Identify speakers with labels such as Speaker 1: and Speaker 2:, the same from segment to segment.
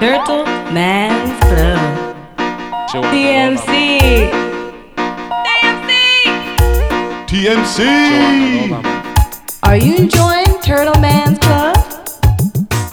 Speaker 1: Turtle Man's Club DMC DMC
Speaker 2: TMC!
Speaker 1: Are you enjoying Turtle Man's Club?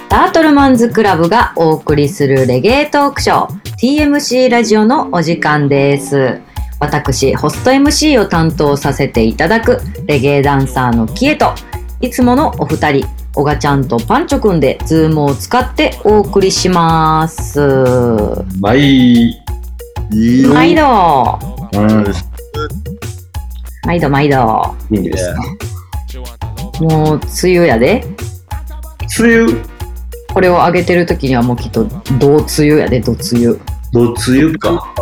Speaker 3: タートルマンズクラブがお送りするレゲエトークショー TMC ラジオのお時間です私ホスト MC を担当させていただくレゲエダンサーのキエといつものお二人オガちゃんとパンチョくんでズームを使ってお送りしますは
Speaker 4: 毎
Speaker 2: いいよ
Speaker 3: いどは
Speaker 4: うん、
Speaker 3: いど毎度
Speaker 4: 元気ですか
Speaker 3: もう梅雨やで
Speaker 4: 梅雨
Speaker 3: これを上げてる時にはもうきっとど梅雨やでど梅雨
Speaker 4: ど梅雨か。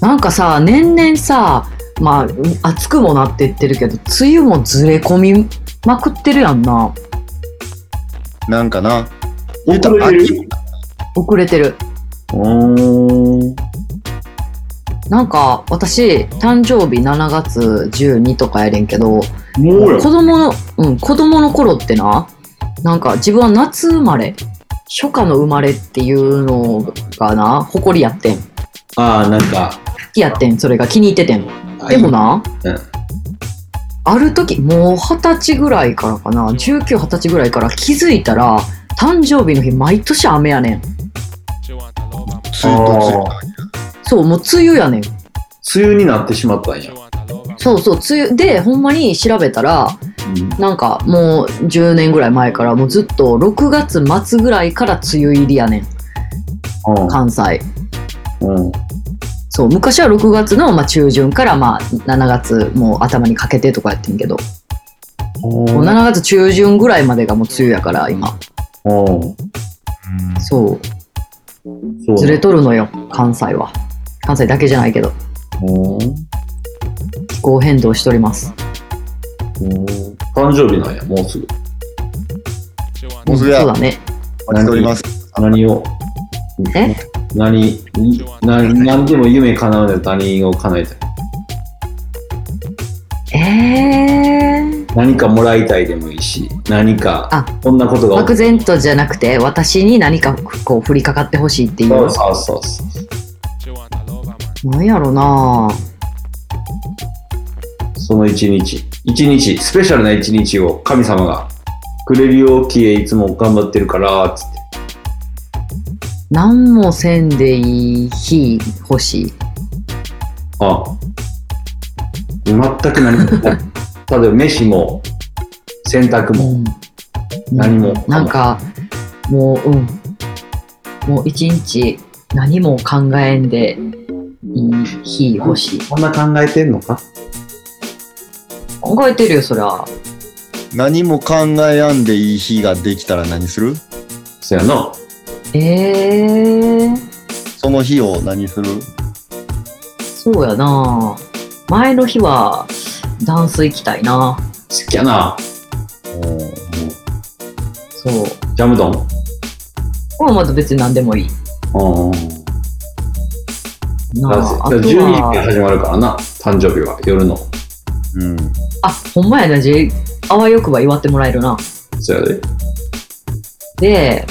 Speaker 3: なんかさ年々さまあうん暑くもなってってるけど梅雨もずれ込みまくってるやんな
Speaker 2: なんかな。言うた
Speaker 4: 遅
Speaker 2: ら
Speaker 4: れ
Speaker 2: 秋
Speaker 4: てる。
Speaker 3: 遅れてる
Speaker 4: おー
Speaker 3: なんか私誕生日7月12とかやれんけど
Speaker 4: もう
Speaker 3: 子
Speaker 4: や。
Speaker 3: 供のうん子供の頃ってななんか自分は夏生まれ初夏の生まれっていうのがな誇りやってん好
Speaker 4: ああ、なんか。
Speaker 3: きやってんそれが気に入っててんでもな、
Speaker 4: うん
Speaker 3: ある時もう二十歳ぐらいからかな1920歳ぐらいから気づいたら誕生日の日毎年雨やねん
Speaker 2: ついと
Speaker 4: あー
Speaker 3: そうもう梅雨やねん
Speaker 4: 梅雨になってしまったんや。
Speaker 3: そうそう梅雨でほんまに調べたらなんかもう10年ぐらい前からもうずっと6月末ぐらいから梅雨入りやねん関西
Speaker 4: うん。うん。
Speaker 3: そう昔は6月のまあ中旬からまあ7月もう頭にかけてとかやってんけどもう
Speaker 4: おー
Speaker 3: 7月中旬ぐらいまでがもう梅雨やから今
Speaker 4: おー
Speaker 3: そう
Speaker 4: そう
Speaker 3: ずれとるのよ関西は関西だけじゃないけど
Speaker 4: おー
Speaker 3: 気候変動しております
Speaker 4: おー誕生日なんや、もうすぐ。
Speaker 2: き。もうす
Speaker 3: そ
Speaker 2: ぐや
Speaker 3: う。だね
Speaker 2: 待ちております。
Speaker 4: 何を。
Speaker 3: え
Speaker 4: 何、何、何でも夢叶うのよ、何を叶えたい。
Speaker 3: えー、
Speaker 4: 何かもらいたいでもいいし、何か
Speaker 3: あ、
Speaker 4: こんなことが起
Speaker 3: 漠然とじゃなくて私に何かこう降りかかってほしいってい
Speaker 4: そううそうそうそう。
Speaker 3: なんやろな
Speaker 4: その一日、一日、スペシャルな一日を神様がくれるよ、キエいつも頑張ってるから、つって。
Speaker 3: 何もせんでいい日欲しい
Speaker 4: ああ全く何も ない。ただ、飯も、洗濯も、何も
Speaker 3: なんかもううんもう一日何も考えんでいい日欲しい
Speaker 4: こんな考えてんのか
Speaker 3: 考えてるよそりゃ
Speaker 2: 何も考えやんでいい日ができたら何する
Speaker 4: そやな。
Speaker 3: えー、
Speaker 2: その日を何する
Speaker 3: そうやな前の日はダンス行きたいな
Speaker 4: 好きやな。
Speaker 3: そう
Speaker 4: ジャムドン。
Speaker 3: これはまた別に何でもいい
Speaker 4: うん。
Speaker 3: な
Speaker 4: だってだ
Speaker 3: ああ
Speaker 4: っ
Speaker 3: と
Speaker 4: て12時から
Speaker 3: は
Speaker 4: 始まるからな、誕生日は、夜の。
Speaker 2: うん。
Speaker 3: あほんまやなじあわよくば祝ってもらえるな
Speaker 4: そやで。
Speaker 3: で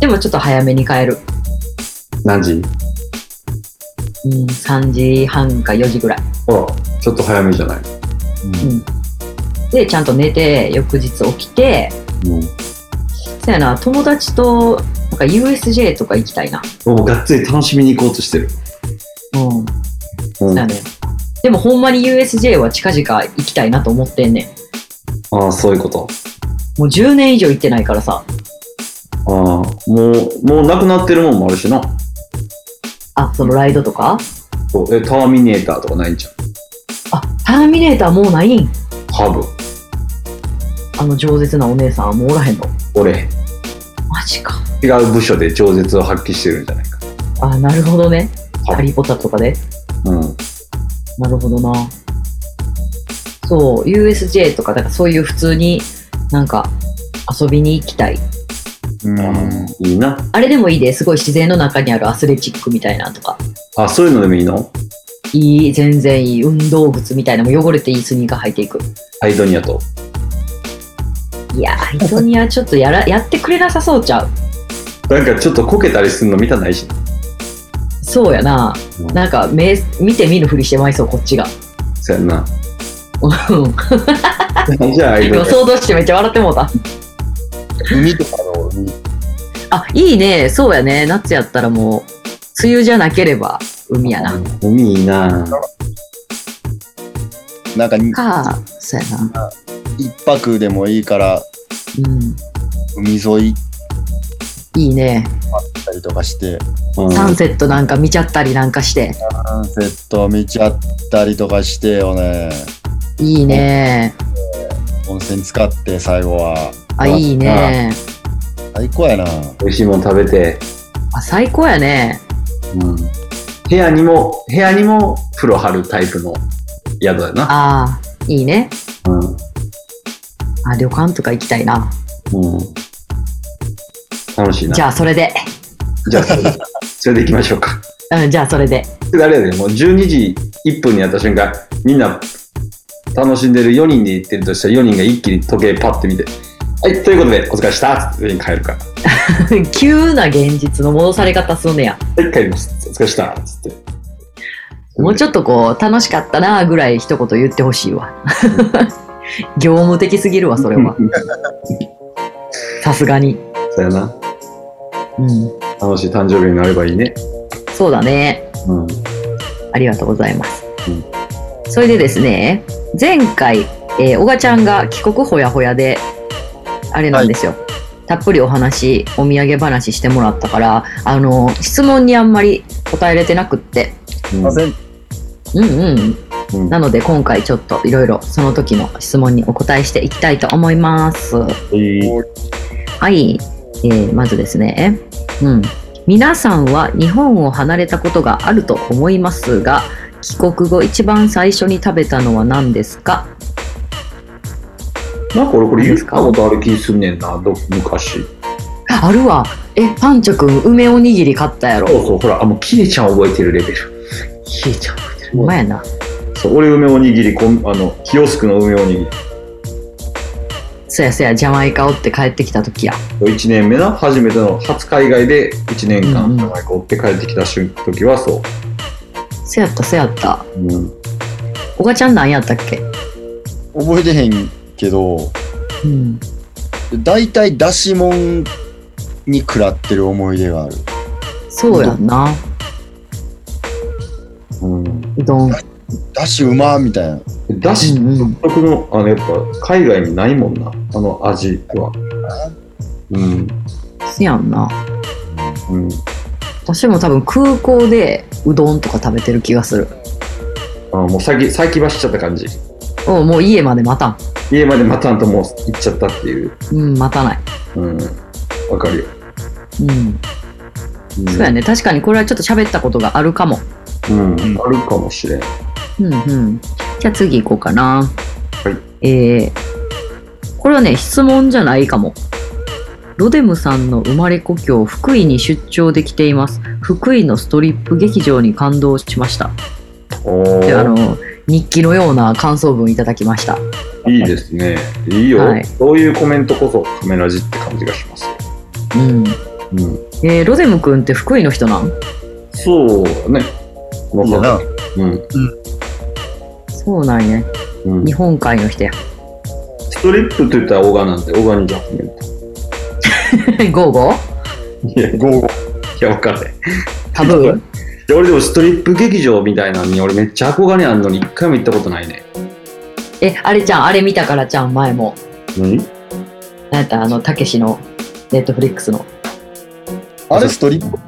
Speaker 3: でもちょっと早めに帰る、
Speaker 4: 何時
Speaker 3: うん、3時半か4時ぐらい
Speaker 4: ほら、ちょっと早めじゃない。
Speaker 3: でちゃんと寝て翌日起きて
Speaker 4: うん。
Speaker 3: そやな友達となんか USJ とか行きたいな
Speaker 4: もうがっつり楽しみに行こうとしてる。
Speaker 3: うん
Speaker 4: う
Speaker 3: そ
Speaker 4: ん
Speaker 3: やねでもほんまに USJ は近々行きたいなと思ってんねん
Speaker 4: ああ、そういうこと。
Speaker 3: もう10年以上行ってないからさ
Speaker 4: ああ、もう、もうなくなってるもんもあるしな。
Speaker 3: あそのライドとか
Speaker 4: そうえ、ターミネーターとかないんじゃん。
Speaker 3: あターミネーターもうないん
Speaker 4: ハブ、
Speaker 3: あの饒舌なお姉さんはもうおらへんの
Speaker 4: 俺、
Speaker 3: マジか
Speaker 4: 違う部署で饒舌を発揮してるんじゃないか。
Speaker 3: あなるほどね「
Speaker 4: はい
Speaker 3: ハリー・ポッター」とかで
Speaker 4: うん。
Speaker 3: なるほどなそう USJ とかだからそういう普通になんか遊びに行きたい
Speaker 2: うん。
Speaker 4: いいな。
Speaker 3: あれでもいいですごい自然の中にあるアスレチックみたいなとか
Speaker 4: あ、そういうのでもいいの
Speaker 3: いい全然いい運動靴みたいなもう汚れていいスニーカー履いていく
Speaker 4: アイドニアと。
Speaker 3: いやーイトニアちょっとやらやってくれなさそうちゃう
Speaker 4: なんかちょっとこけたりするの見たないし。
Speaker 3: そうやな
Speaker 4: うん。
Speaker 3: なんか、目、見て見ぬふりしてまいそう、こっちが。
Speaker 4: そうやん な。
Speaker 3: うん
Speaker 4: じゃあ、
Speaker 3: 今
Speaker 4: 今
Speaker 3: 想像してめっちゃ笑ってもうた。
Speaker 2: 海とかの海
Speaker 3: あ、いいね。そうやね。夏やったらもう、梅雨じゃなければ海やな。
Speaker 4: 海いいな。
Speaker 2: なんかに
Speaker 3: か、そうやな。
Speaker 2: 一泊でもいいから
Speaker 3: うん。
Speaker 2: 海沿い行
Speaker 3: いいね。
Speaker 2: ったりとかして
Speaker 4: うん
Speaker 3: サンセットなんか見ちゃったりなんかして。
Speaker 2: サンセット見ちゃったりとかしてよね
Speaker 3: いいね。
Speaker 2: 温泉使って最後は
Speaker 3: あ、いいね。
Speaker 2: 最高やな
Speaker 4: 美味しいもん食べて、
Speaker 3: あ、最高やね。
Speaker 4: うん、部屋にも、部屋にも風呂張るタイプの宿やな。
Speaker 3: ああ、いいね。
Speaker 4: うん。
Speaker 3: あ、旅館とか行きたいな。
Speaker 4: うん。楽しいな。
Speaker 3: じゃあ、それで。
Speaker 4: じゃあ、それでそれで行きましょうか。
Speaker 3: うん、じゃあ、それで。
Speaker 4: あれやで、もう12時1分になった瞬間、みんな楽しんでる4人で行ってるとしたら4人が一気に時計パッて見て、はい、ということで、お疲れしたって全員帰るから。
Speaker 3: 急な現実の戻され方すんねや。
Speaker 4: はい、帰ります。お疲れしたっつって。
Speaker 3: もうちょっとこう、楽しかったなぐらい一言言ってほしいわ。 業務的すぎるわ、それは。さすがに。
Speaker 4: そうやな。
Speaker 3: うん。
Speaker 4: 楽しい誕生日になればいいね。
Speaker 3: そうだね。
Speaker 4: うん。
Speaker 3: ありがとうございます。
Speaker 4: うん
Speaker 3: それでですね、前回、えー、小賀ちゃんが帰国ほやほやで、あれなんですよ。たっぷりお話、お土産話してもらったから、あの、質問にあんまり答えれてなくって、
Speaker 4: うん
Speaker 2: ません
Speaker 3: うんうん、
Speaker 4: うん
Speaker 3: なので今回ちょっといろいろその時の質問にお答えしていきたいと思います。は
Speaker 4: はい
Speaker 3: い、えーまずですね、うん、皆さんは日本を離れたことがあると思いますが帰国後一番最初に食べたのは何ですか
Speaker 4: なんか俺これ
Speaker 3: いい
Speaker 4: 言
Speaker 3: です
Speaker 4: った
Speaker 3: か
Speaker 4: ことある気すんねんな、ど昔。
Speaker 3: あるわえパンチョくん梅おにぎり買ったや
Speaker 4: そ
Speaker 3: ろ
Speaker 4: うそう、ほら、あ、もうキエちゃん覚えてるレベル。キエちゃん覚えてる。
Speaker 3: ほんまやな
Speaker 4: そう俺梅おにぎり、こんあの、キオスクの梅おにぎり。
Speaker 3: そやそやジャマイカおって帰ってきた時や
Speaker 4: 1年目の初めての初海外で1年
Speaker 3: うんう
Speaker 4: 間
Speaker 3: ん
Speaker 4: ジャマイカ追って帰ってきた瞬時はそ
Speaker 3: そやったそやった
Speaker 4: う、うん、
Speaker 3: おがちゃんなんやったっけ
Speaker 2: 覚えてへんけど
Speaker 3: うん
Speaker 2: 大体出しもんに食らってる思い出がある
Speaker 3: そうやんな
Speaker 4: うん、
Speaker 3: うどん
Speaker 2: 出汁うまーみたいな
Speaker 4: だし
Speaker 3: うんうん
Speaker 4: 独特のあのやっぱ海外にないもんなあの味はうん
Speaker 3: せやんな
Speaker 4: うん
Speaker 3: 私も多分空港でうどんとか食べてる気がする
Speaker 4: あもう先先走っちゃった感じ
Speaker 3: おうもう家まで待たん
Speaker 4: 家まで待たんともう行っちゃったっていう
Speaker 3: うん待たない
Speaker 4: うんわかるよ、
Speaker 3: うん
Speaker 4: うん、
Speaker 3: そうやね確かにこれはちょっと喋ったことがあるかも
Speaker 4: うん、あるかもしれん
Speaker 3: うんうんじゃあ次行こうかなはいえー、これはね質問じゃないかもロデムさんの生まれ故郷福井に出張で来ています福井のストリップ劇場に感動しました
Speaker 4: お
Speaker 3: であ
Speaker 4: ー
Speaker 3: の日記のような感想文いただきました
Speaker 4: いいですねいいよ、
Speaker 3: はい
Speaker 4: そういうコメントこそカメラジって感じがしますよ
Speaker 3: うん
Speaker 4: うん
Speaker 3: えー、ロデム君って福井の人なん
Speaker 4: そうね。わかんない。うん。
Speaker 3: そうなんやね
Speaker 4: うん
Speaker 3: 日、本海の人 や
Speaker 4: ストリップと言ったらオガなんで、オガにジャックメント。
Speaker 3: ゴーゴー
Speaker 4: いや、
Speaker 2: ゴーゴ
Speaker 4: いや、わかんない。
Speaker 3: タブー
Speaker 4: いや俺でもストリップ劇場みたいなのに、俺めっちゃ憧れあんのに、一回も行ったことないね。
Speaker 3: え、あれちゃん、あれ見たからちゃん、前も。
Speaker 4: う
Speaker 3: な
Speaker 4: ん
Speaker 3: んやったあの、たけしの、ネットフリックスの。
Speaker 2: ーあれストリップ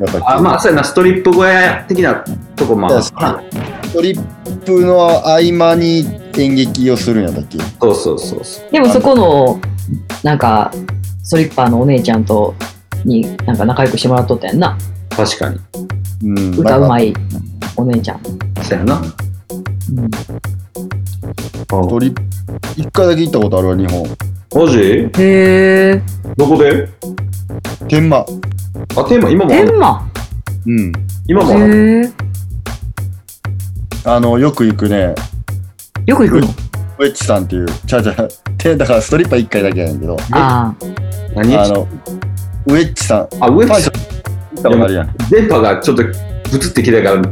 Speaker 2: やっぱり
Speaker 4: あ、まあ、そうやな、ストリップ小屋的なとこもある
Speaker 2: そうやストリップの合間に演劇をするんやったっけ
Speaker 4: そうそうそうそう。
Speaker 3: でもそこの、なんか、ストリッパーのお姉ちゃんと、に、なんか仲良くしてもらっとったやんな。
Speaker 4: 確かに。
Speaker 2: うん
Speaker 3: 歌うま
Speaker 2: い
Speaker 3: いお姉ちゃん。
Speaker 4: そうやな。
Speaker 3: うん
Speaker 2: ストリップ一回だけ行ったことあるわ日本
Speaker 4: マジ
Speaker 3: へえ。
Speaker 4: どこで
Speaker 2: 天満
Speaker 4: あ、テーマ、今もある
Speaker 3: 天満
Speaker 2: うん
Speaker 4: 今もあ
Speaker 3: へ
Speaker 4: る
Speaker 3: え。
Speaker 2: あのよく行くね
Speaker 3: よく行くの
Speaker 2: ウェッチさん っていうちゃうちゃうてだからストリッパー一回だけやねんけど
Speaker 3: ああ。
Speaker 4: 何
Speaker 2: あのウェッチさん。
Speaker 4: あ、上
Speaker 2: パン
Speaker 4: 地
Speaker 2: チ
Speaker 4: さ
Speaker 2: さん見たことあるやん。
Speaker 4: ん、電波がちょっとブツってきたから、ね。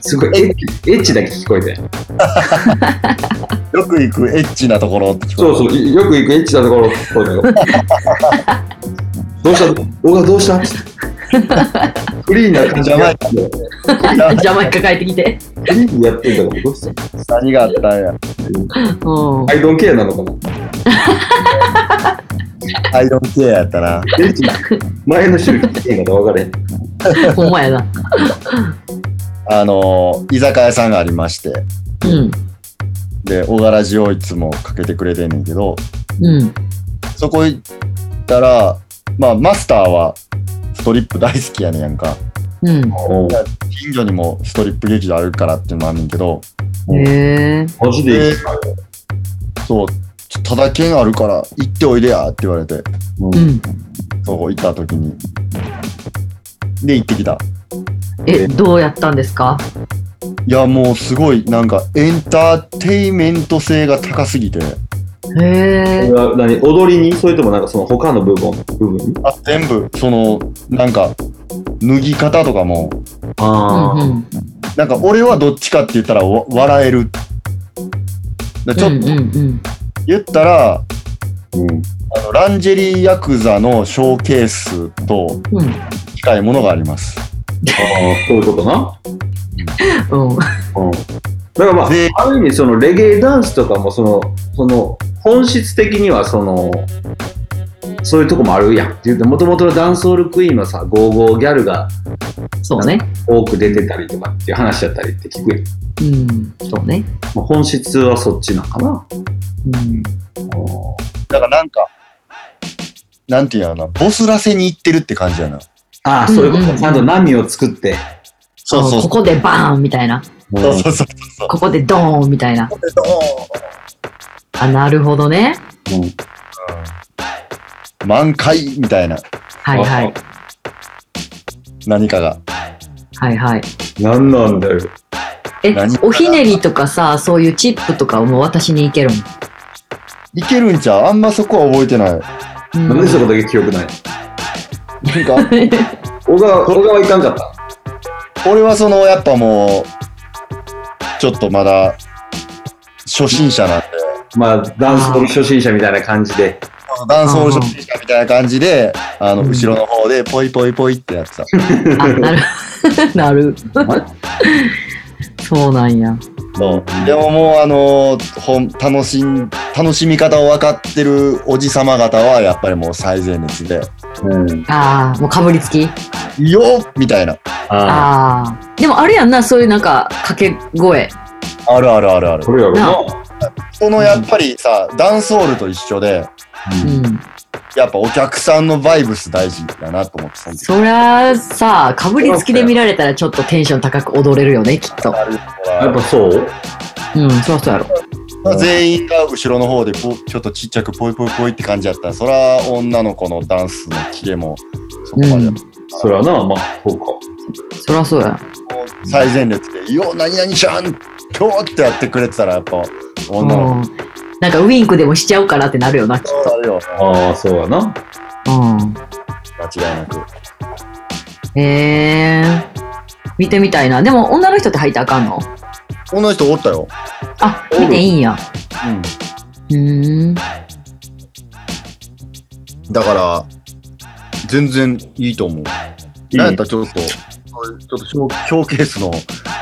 Speaker 4: すごいエッチ、エッチだけ聞こえて。
Speaker 2: よく行くエッチなところって聞こえ
Speaker 4: そう
Speaker 2: る
Speaker 4: そう、いよく行くエッチなところ、こうだよ。どうした僕はどうしたフリーな感じが
Speaker 2: ジャマイ
Speaker 3: ジャマイカ帰ってきて。
Speaker 4: フリーでやってんだから、どうした
Speaker 2: 何があったんや。
Speaker 3: うん。
Speaker 4: アイドンケアなのかな
Speaker 2: アイロンケアやったな。
Speaker 4: エッチな前の週聞いてんから分かれへん。
Speaker 3: ほんまやな。
Speaker 2: あのー居酒屋さんがありまして、
Speaker 3: うん。
Speaker 2: で、小柄地をいつもかけてくれてんねんけど、
Speaker 3: うん。
Speaker 2: そこ行ったら、まあ、マスターはストリップ大好きやねんやんか。
Speaker 3: う
Speaker 2: 近所にもストリップ劇場あるからっていうのもあんねんけど、
Speaker 3: ん。へえ。
Speaker 4: マジでいいか
Speaker 2: そう、ちょただ券あるから行っておいでやって言われて、
Speaker 3: うん。
Speaker 2: そう、行った時に。で、行ってきた。
Speaker 3: え、どうやったんですか
Speaker 2: いや、もうすごい、なんかエンターテイメント性が高すぎて、
Speaker 3: へ
Speaker 4: そ
Speaker 3: え
Speaker 4: れ。は何踊りにそれともなんかその他の部分部分に
Speaker 2: あ全部、その、なんか、脱ぎ方とかも、
Speaker 4: あ
Speaker 3: うんう
Speaker 4: ー
Speaker 3: ん。
Speaker 2: なんか俺はどっちかって言ったらわ笑える。だちょっ
Speaker 3: うん
Speaker 2: と
Speaker 3: うんうん。
Speaker 2: 言ったら、
Speaker 4: うん
Speaker 2: あのランジェリーヤクザのショーケースと
Speaker 3: うん。
Speaker 2: 近いものがあります。
Speaker 4: あーそういうことな。
Speaker 3: うん。
Speaker 4: うんだからまあ
Speaker 2: で、
Speaker 4: ある意味そのレゲエダンスとかもその、その本質的にはその、そういうとこもあるやん。っていうと、もともとのダンスホールクイーンはさ、ゴーゴーギャルが
Speaker 3: そうね。
Speaker 4: 多く出てたりとかっていう話だったりって聞くやん。
Speaker 3: うん。そうね。
Speaker 4: まあ本質はそっちなんかな。
Speaker 3: うん。
Speaker 2: だからなんか、なんていうのかな、ボスらせに行ってるって感じやな。
Speaker 4: ああ、そういうこ
Speaker 3: うんうんう
Speaker 4: と。
Speaker 3: ん
Speaker 4: ちゃんと波を作って。
Speaker 2: そうそう
Speaker 3: ここでバーンみたいな。
Speaker 2: そうそうそう。
Speaker 3: ここでドーンみたいな。あ、なるほどね。
Speaker 4: うん
Speaker 2: 満開みたいな
Speaker 3: はいはい。
Speaker 2: 何かが。
Speaker 3: はいはい。
Speaker 4: 何なんだよ。
Speaker 3: え
Speaker 2: 何、
Speaker 3: おひねりとかさ、そういうチップとかもう私にいける
Speaker 2: いけるんちゃうあんまそこは覚えてない。
Speaker 3: もん。
Speaker 4: なん
Speaker 3: うん
Speaker 4: でそこだけ記憶ない
Speaker 2: なんか、
Speaker 4: 小川、小川いかんかった。
Speaker 2: 俺はその、やっぱもう、ちょっとまだ、初心者なんで、
Speaker 4: まあ、ダンスの初心者みたいな感じで。
Speaker 2: ダンスホール初心者みたいな感じで、あの、
Speaker 3: うん
Speaker 2: 後ろの方で、ポイポイポイってやってた。
Speaker 3: あ、なる。 なる。そうなんや。
Speaker 2: そうでももう、あのほん楽しん、楽しみ方を分かってるおじ様方は、やっぱりもう最前列で、
Speaker 4: うん。
Speaker 3: ああ、もうかぶりつき
Speaker 2: よっみたいな。
Speaker 4: ああ。
Speaker 3: ああ。でもあれやんな、そういうなんか掛け声。
Speaker 2: あるあるあるある
Speaker 4: こ。れやろな。
Speaker 2: そのやっぱりさ、ダンスホールと一緒で、
Speaker 3: うん。
Speaker 2: やっぱお客さんのバイブス大事だなと思ってたんですよ。
Speaker 3: そりゃあさ、かぶりつきで見られたらちょっとテンション高く踊れるよね、きっと。
Speaker 4: やっぱそう
Speaker 3: うん、そらそうやろ。
Speaker 2: まあ全員が後ろの方でぽちょっとちっちゃくポイポイポイって感じやったら、そら女の子のダンスのキレもそこまで、
Speaker 3: うん。
Speaker 4: それはな、まあ、そうか。
Speaker 3: そらそうや。
Speaker 2: 最前列で、よう何々ちゃん今日ってやってくれてたら、やっぱ女
Speaker 3: う
Speaker 2: の
Speaker 3: んなんかウインクでもしちゃうからってなるよな。
Speaker 2: 子だよ、
Speaker 4: ああ、そうやな。
Speaker 3: う
Speaker 2: 間違いなく。
Speaker 3: ん。へえ。見てみたいな。でも女の人って入ってあかんの
Speaker 2: この人おったよ。
Speaker 3: あ、見ていいんや。
Speaker 2: うん
Speaker 3: うーん。
Speaker 2: だから、全然いいと思う。
Speaker 4: いい
Speaker 2: なんやったらちょっと、ちょっとショーショーケースの、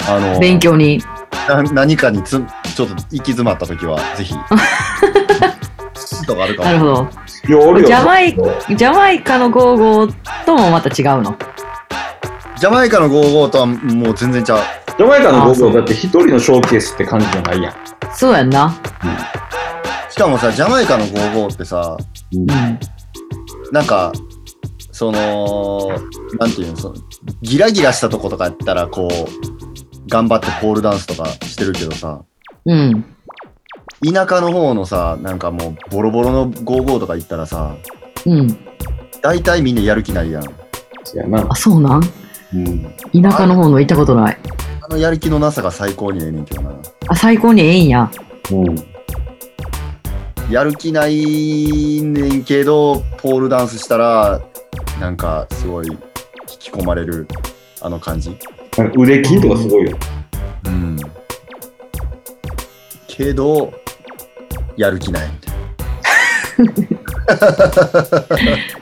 Speaker 2: あの、
Speaker 3: 勉強に。
Speaker 2: な何かにつちょっと行き詰まった時はぜ ひとかあるかも
Speaker 3: なるほど。
Speaker 4: いや、あるよ。
Speaker 3: ジャマイ
Speaker 4: カ。
Speaker 3: ジャマイカのゴーゴーともまた違うの。
Speaker 2: ジャマイカの55とはもう全然ちゃう
Speaker 4: ジャマイカの
Speaker 3: あ
Speaker 4: 僕
Speaker 3: そう
Speaker 4: はだって一人のショーケースって感じじゃないやん。
Speaker 3: そうやんな。
Speaker 2: しかもさジャマイカの55ってさ
Speaker 3: うん。
Speaker 2: なんかそのなんていうのそのギラギラしたとことかやったらこう頑張ってポールダンスとかしてるけどさ
Speaker 3: うん。
Speaker 2: 田舎の方のさなんかもうボロボロの55とか行ったらさ
Speaker 3: うん。
Speaker 2: 大体みんなやる気ないやん
Speaker 4: そうやな
Speaker 3: あ、。そうなん
Speaker 4: うん。
Speaker 3: 田舎の方の行ったことない。
Speaker 2: あのやる気のなさが最高にええねんけどな
Speaker 3: あ、最高にええんや。
Speaker 4: うん。
Speaker 2: やる気ないねんけど、ポールダンスしたら、なんかすごい引き込まれるあの感じ。
Speaker 4: なんか腕筋とかすごいよ。
Speaker 2: うん。けど、やる気ないみたい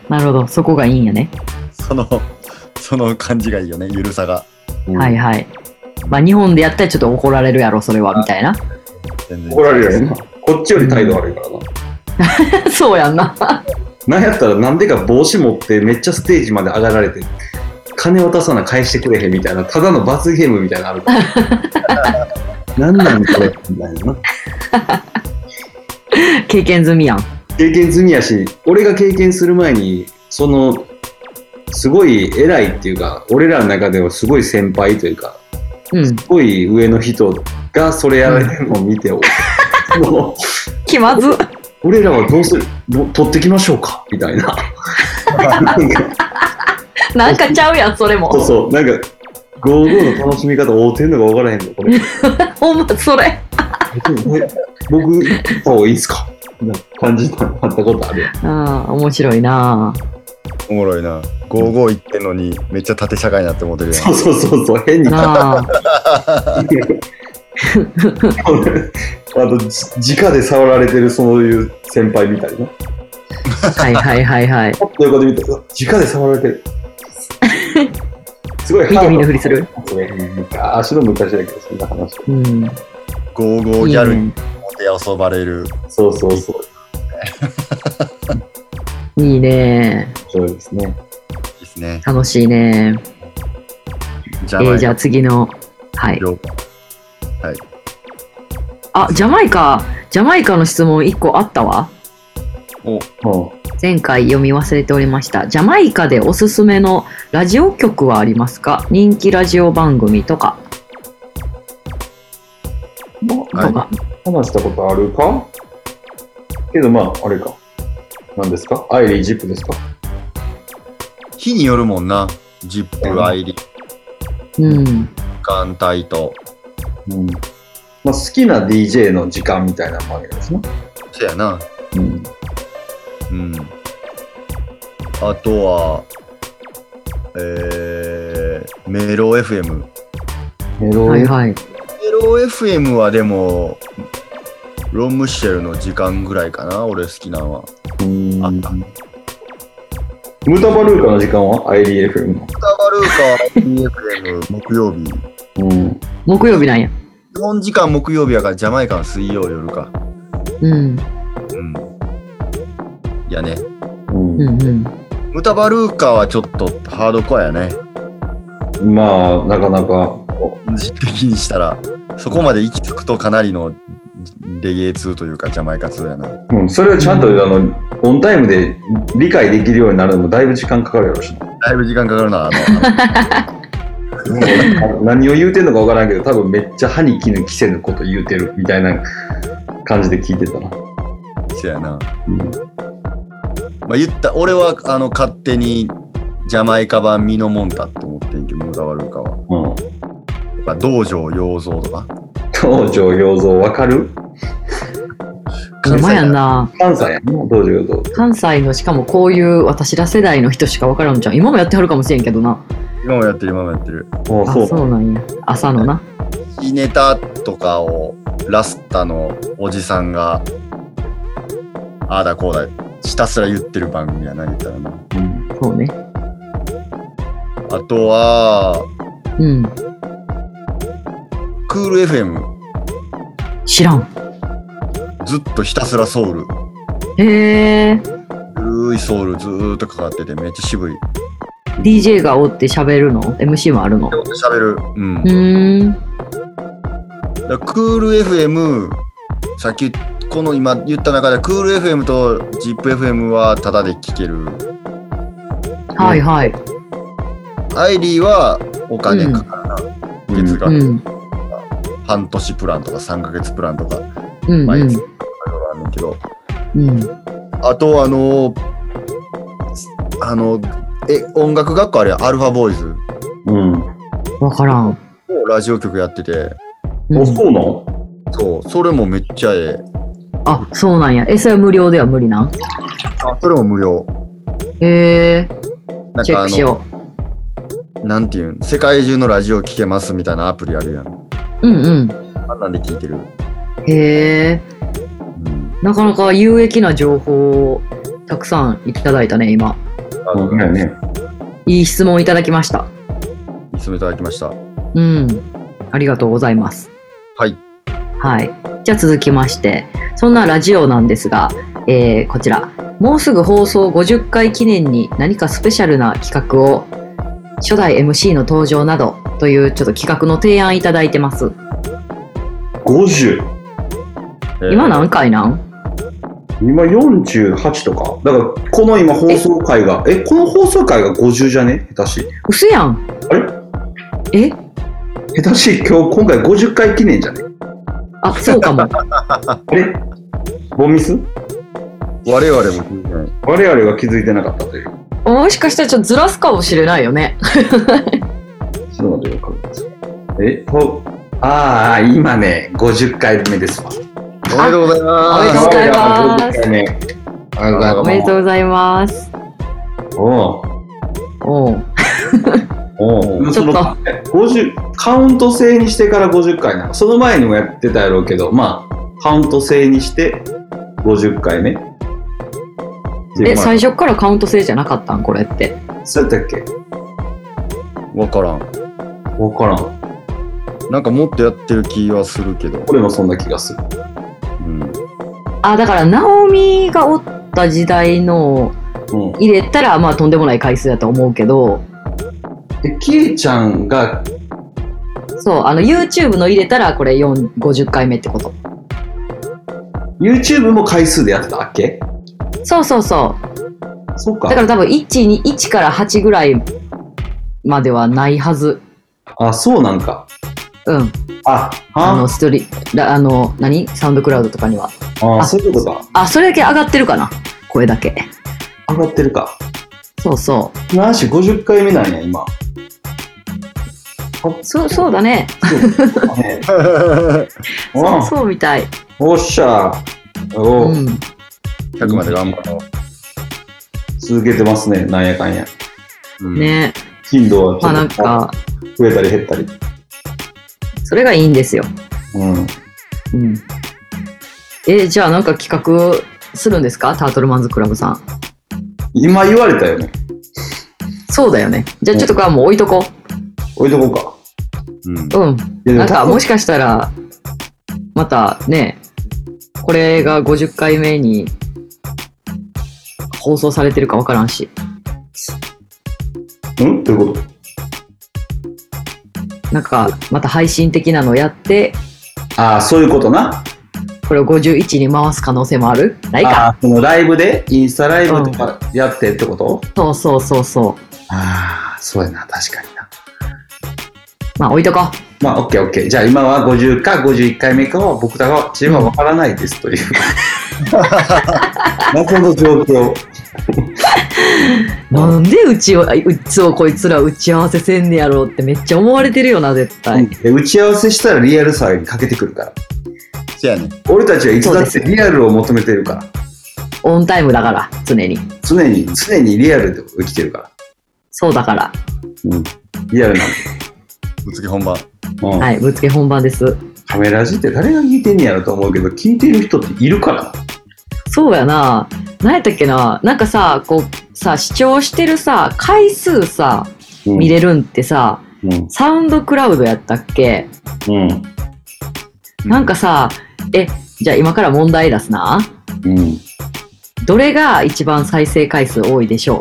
Speaker 3: なるほど、そこがいいんやね。
Speaker 2: な。その、その感じがいいよね、ゆるさが。
Speaker 4: うん
Speaker 3: はいはい。まあ日本でやったらちょっと怒られるやろ、それは、みたいな。
Speaker 2: 全然
Speaker 4: 怒られるよね。こっちより態度悪いから な。
Speaker 3: そうやんな。
Speaker 4: なんやったらなんでか帽子持ってめっちゃステージまで上がられて、金渡さな返してくれへんみたいな、ただの罰ゲームみたいなのあ るから。なんなんこれみたいな。
Speaker 3: 経験済みやん。
Speaker 4: 経験済みやし、俺が経験する前に、その、すごい偉いっていうか、俺らの中ではすごい先輩というか、
Speaker 3: うん。
Speaker 4: すごい上の人がそれやられてるのを見て、 もう
Speaker 3: 気ま ず。
Speaker 4: 俺らはどうするど取ってきましょうかみたいな。
Speaker 3: なんかちゃうやん、それも。
Speaker 4: そうそう、なんか、55の楽しみ方合うてんのか分からへんの、こ れ。
Speaker 3: ほんま、それ。
Speaker 4: え僕、行った方がいいですかみたいな感じになったことあるやん。
Speaker 3: うん、面白いな
Speaker 2: おもろいな。55いってんのに、めっちゃ縦社会になって思ってるや
Speaker 4: そうそうそうそう、変に。あ
Speaker 3: なあ
Speaker 4: と、じ直で触られてるそういう先輩みたいな。
Speaker 3: はいはいはいはい。
Speaker 4: パッと横で見て、うわ直で触られてる。 すごい
Speaker 3: 見て見ぬふりする。
Speaker 4: 足の昔だけど、そんな話。
Speaker 3: うん。
Speaker 2: ん。55
Speaker 3: い
Speaker 2: ギ
Speaker 3: い
Speaker 2: ャルに
Speaker 3: ね。
Speaker 2: 手遊ばれる。
Speaker 4: そうそうそう。
Speaker 3: いいね
Speaker 4: そうですね。
Speaker 2: ですね。
Speaker 3: 楽しいね
Speaker 2: じ
Speaker 3: え
Speaker 2: ゃない
Speaker 3: ー、じゃあ次の。はい。
Speaker 2: 了
Speaker 3: あ、ジャマイカ、ジャマイカの質問1個あったわ。
Speaker 4: うん。
Speaker 3: 前回読み忘れておりました。ジャマイカでおすすめのラジオ局はありますか人気ラジオ番組とか。と
Speaker 2: はい
Speaker 3: か。
Speaker 4: 話したことあるかけどまあ、あれか。何ですかアイリージップですか
Speaker 2: 日によるもんな。ジップ、アイリ、
Speaker 3: うん。
Speaker 2: 眼帯と。
Speaker 4: うん。まあ、好きな DJ の時間みたいなもんですね。
Speaker 2: そやな。
Speaker 4: うん。
Speaker 2: うん。あとは、えー、メロ FM。メ
Speaker 4: メロ
Speaker 3: はいはい。
Speaker 2: ロ FM はでも、ロン・ムッシェルの時間ぐらいかな、俺好きなのは。
Speaker 4: うん
Speaker 2: あった
Speaker 4: ムタバルーカの時間はアイリー FM の。
Speaker 2: スタバルーカ FM 木曜日。
Speaker 4: うん。
Speaker 3: 木曜日なんや。
Speaker 2: 日本時間木曜日やからジャマイカの水曜夜か。
Speaker 3: うん。
Speaker 2: うん。やね。
Speaker 4: うん
Speaker 3: うんうん。
Speaker 2: ムタバルーカはちょっとハードコアやね。
Speaker 4: まあ、なかなか。
Speaker 2: 実的にしたら。そこまで行き着くとかなりのレゲエ2というかジャマイカ2やな。
Speaker 4: うん、それをちゃんと、あの、オンタイムで理解できるようになるのもだいぶ時間かかるやろうしな。
Speaker 2: だいぶ時間かかるな、あの。
Speaker 4: もう何を言うてんのか分からんけど多分めっちゃ歯に衣着せぬこと言うてるみたいな感じで聞いてたな、
Speaker 2: そうやな。
Speaker 4: うん、
Speaker 2: まあ、言った、俺はあの勝手にジャマイカ版ミノモンタって思ってんけど、ムダワルーカは。まあ、道場洋蔵とか。
Speaker 4: 道場洋蔵分かる
Speaker 3: ほんまやん
Speaker 2: な
Speaker 3: な。
Speaker 4: 関西やんな道場洋蔵
Speaker 3: 関西のしかもこういう私ら世代の人しか分からんじゃん今もやってはるかもしれんけどな
Speaker 2: 今もやってる、今もやってる。
Speaker 4: あ
Speaker 3: あ
Speaker 4: そ
Speaker 3: そううなんや朝のな
Speaker 2: ひネタとかをラスタのおじさんが、ああだこうだ、ひたすら言ってる番組やな、言ったらな。
Speaker 4: うん
Speaker 3: そうね
Speaker 2: あとは、
Speaker 3: うん
Speaker 2: クール FM、
Speaker 3: 知らん
Speaker 2: ずっとひたすらソウル。
Speaker 3: へえ
Speaker 2: 古いソウルずーっとかかってて、めっちゃ渋い。
Speaker 3: DJ がおって喋るの MC もあるの
Speaker 2: 喋る。うん
Speaker 3: う。ーん
Speaker 2: だからクール FM さっきこの今言った中でクール FM と ZIPFM はタダで聴ける
Speaker 3: はいはい
Speaker 2: アイリーはお金かかるな、月
Speaker 3: う
Speaker 2: 額、
Speaker 3: ん
Speaker 2: 半年プランとか3ヶ月プランとかい
Speaker 3: うん
Speaker 2: まあ
Speaker 3: う
Speaker 2: いい
Speaker 3: ん
Speaker 2: ですろいろあるんだけど
Speaker 3: うん
Speaker 2: あとあのーあのえ音楽学校あれアルファボーイズ
Speaker 4: うん
Speaker 3: 分からん、
Speaker 2: をラジオ局やってて
Speaker 3: うん
Speaker 4: あそうなの
Speaker 2: そうそれもめっちゃええ
Speaker 3: あそうなんやえそれは無料では無理なん
Speaker 2: あそれも無料
Speaker 3: へえ
Speaker 2: なん
Speaker 3: チェ
Speaker 2: か
Speaker 3: ッ
Speaker 2: あ
Speaker 3: クし
Speaker 2: の、
Speaker 3: よ
Speaker 2: なんていうん、世界中のラジオ聞けますみたいなアプリあるやん。
Speaker 3: う。うんうん。
Speaker 2: あんなんで聞いてる。
Speaker 3: へえ、
Speaker 2: うん、
Speaker 3: なかなか有益な情報をたくさんいただいたね、今。
Speaker 2: あの、
Speaker 4: だよね。
Speaker 3: いい質問いただきました。
Speaker 2: いつもいただきました。
Speaker 3: うん。ありがとうございます。
Speaker 2: はい。
Speaker 3: はい。じゃあ続きまして、そんなラジオなんですが、えーこちら、もうすぐ放送50回記念に何かスペシャルな企画を、初代 MC の登場などというちょっと企画の提案いただいてます。
Speaker 4: 50。
Speaker 2: えー
Speaker 3: 今何回なん
Speaker 4: 今48とか。だから、この今放送回が、え、この放送回が50じゃね下手し。
Speaker 3: 嘘やん。
Speaker 4: あれ
Speaker 3: え
Speaker 4: 下手し、今日、今回50回記念じゃね
Speaker 3: あ、そうかも。
Speaker 4: あれボンミス
Speaker 2: 我々も聞いてない。
Speaker 4: 我々が気づいてなかったという。
Speaker 3: もしかしたらちょっとずらすかもしれないよね。
Speaker 4: ちょっと待ってよ、え、と、ああ、今ね、50回目ですわ。
Speaker 2: おめでとうござい
Speaker 3: あり
Speaker 2: ま
Speaker 3: がとうございます
Speaker 4: 50回目。ありがと
Speaker 3: お
Speaker 4: うござ
Speaker 3: めで
Speaker 4: います。
Speaker 3: とうございます。
Speaker 4: お
Speaker 3: おう
Speaker 4: お
Speaker 2: う
Speaker 4: お
Speaker 2: ん
Speaker 4: その
Speaker 3: ちょ
Speaker 4: 50カウント制にしてから50回なのその前にもやってたやろうけどまあカウント制にして50回目
Speaker 3: え、
Speaker 4: まあ
Speaker 3: 最初からカウント制じゃなかったんこれって。
Speaker 4: そうやったっけ
Speaker 2: す。わからん。
Speaker 4: 分からん
Speaker 2: なんかもっとやってる気はするけど。
Speaker 4: 俺もそんな気がする
Speaker 2: うん。
Speaker 3: あ、だから、ナオミがおった時代の
Speaker 4: うん
Speaker 3: 入れたらまあとんでもない回数やと思うけど
Speaker 4: えキエちゃんが
Speaker 3: そうあの YouTube の入れたらこれ4 50回目ってこと
Speaker 4: YouTube も回数でやってたっけ
Speaker 3: そうそうそう
Speaker 4: そっか
Speaker 3: だから多分121から8ぐらいまではないはず
Speaker 4: あそうなんか
Speaker 3: うん
Speaker 4: あ
Speaker 3: あ
Speaker 4: あ
Speaker 3: のストリラあの何サウンドクラウドとかには
Speaker 4: あ
Speaker 3: あ
Speaker 4: そういうことか
Speaker 3: あそれだけ上がってるかな声だけ
Speaker 4: 上がってるか
Speaker 3: そうそう
Speaker 4: 何し50回目なんや今
Speaker 3: そうそうだね
Speaker 4: あね
Speaker 3: そうそうみたい
Speaker 4: うんおっしゃおう
Speaker 3: うん
Speaker 2: 100まで頑張ろ
Speaker 4: 続けてますね、なんやかんや。
Speaker 2: う。うん、
Speaker 3: ね
Speaker 4: 頻度はち
Speaker 3: ま
Speaker 4: ょ
Speaker 3: あなん
Speaker 4: っと
Speaker 3: か
Speaker 4: 増えたり減ったり。
Speaker 3: それがいいんですよ
Speaker 4: うん。
Speaker 3: うんえじゃあなんか企画するんですかタートルマンズクラブさん
Speaker 4: 今言われたよね。
Speaker 3: そうだよね。じゃあちょっとこれはもう置いとこ
Speaker 4: 置いとこうか。
Speaker 2: うん。
Speaker 3: う。うん。
Speaker 4: いや
Speaker 3: なんかも
Speaker 4: し、
Speaker 3: しかしたら、またね、これが50回目に放送されてるかわからんし。
Speaker 4: うんどういうこと
Speaker 3: なんか、また配信的なのをやって、
Speaker 4: ああ、そういうことな。
Speaker 3: これを51に回す可能性もあるないか
Speaker 4: ああ、そのライブで、インスタライブとかやってってこと、
Speaker 3: そうそうそうそ
Speaker 4: ああ、そうやな、確かにな。
Speaker 3: う。まあ置いとこ
Speaker 4: まあ、オッケーオッケー。じゃあ今は50か51回目かは僕らはチームはわからないですという。 謎の状況。
Speaker 3: う。なんでうちを、あうちをこいつら打ち合わせせんねやろうってめっちゃ思われてるよな、絶対。
Speaker 4: で打ち合わせしたらリアルさに欠けてくるから。
Speaker 2: せやね。
Speaker 4: 俺たちはいつだっ
Speaker 3: そ
Speaker 4: て
Speaker 3: うです
Speaker 4: リアルを求めてるから。
Speaker 3: オンタイムだから、常に。
Speaker 4: 常に、常にリアルで生きてるから。
Speaker 3: そうだから。
Speaker 4: リアルな
Speaker 2: ぶつけ本番。
Speaker 4: の。うん
Speaker 3: はい、ぶっつけ本番です。
Speaker 4: カメラ字って誰が聞いてんねやろと思うけど、聞いてる人っているから。
Speaker 3: そうやな。何やったっけな。なんかさ、こう、さ、視聴してるさ、回数さ、見れるんってさ、
Speaker 4: うん。
Speaker 3: サウンドクラウドやったっけ
Speaker 4: うん。
Speaker 3: なんかさ、え、じゃあ今から問題出すな。
Speaker 4: うん。
Speaker 3: どれが一番再生回数多いでしょう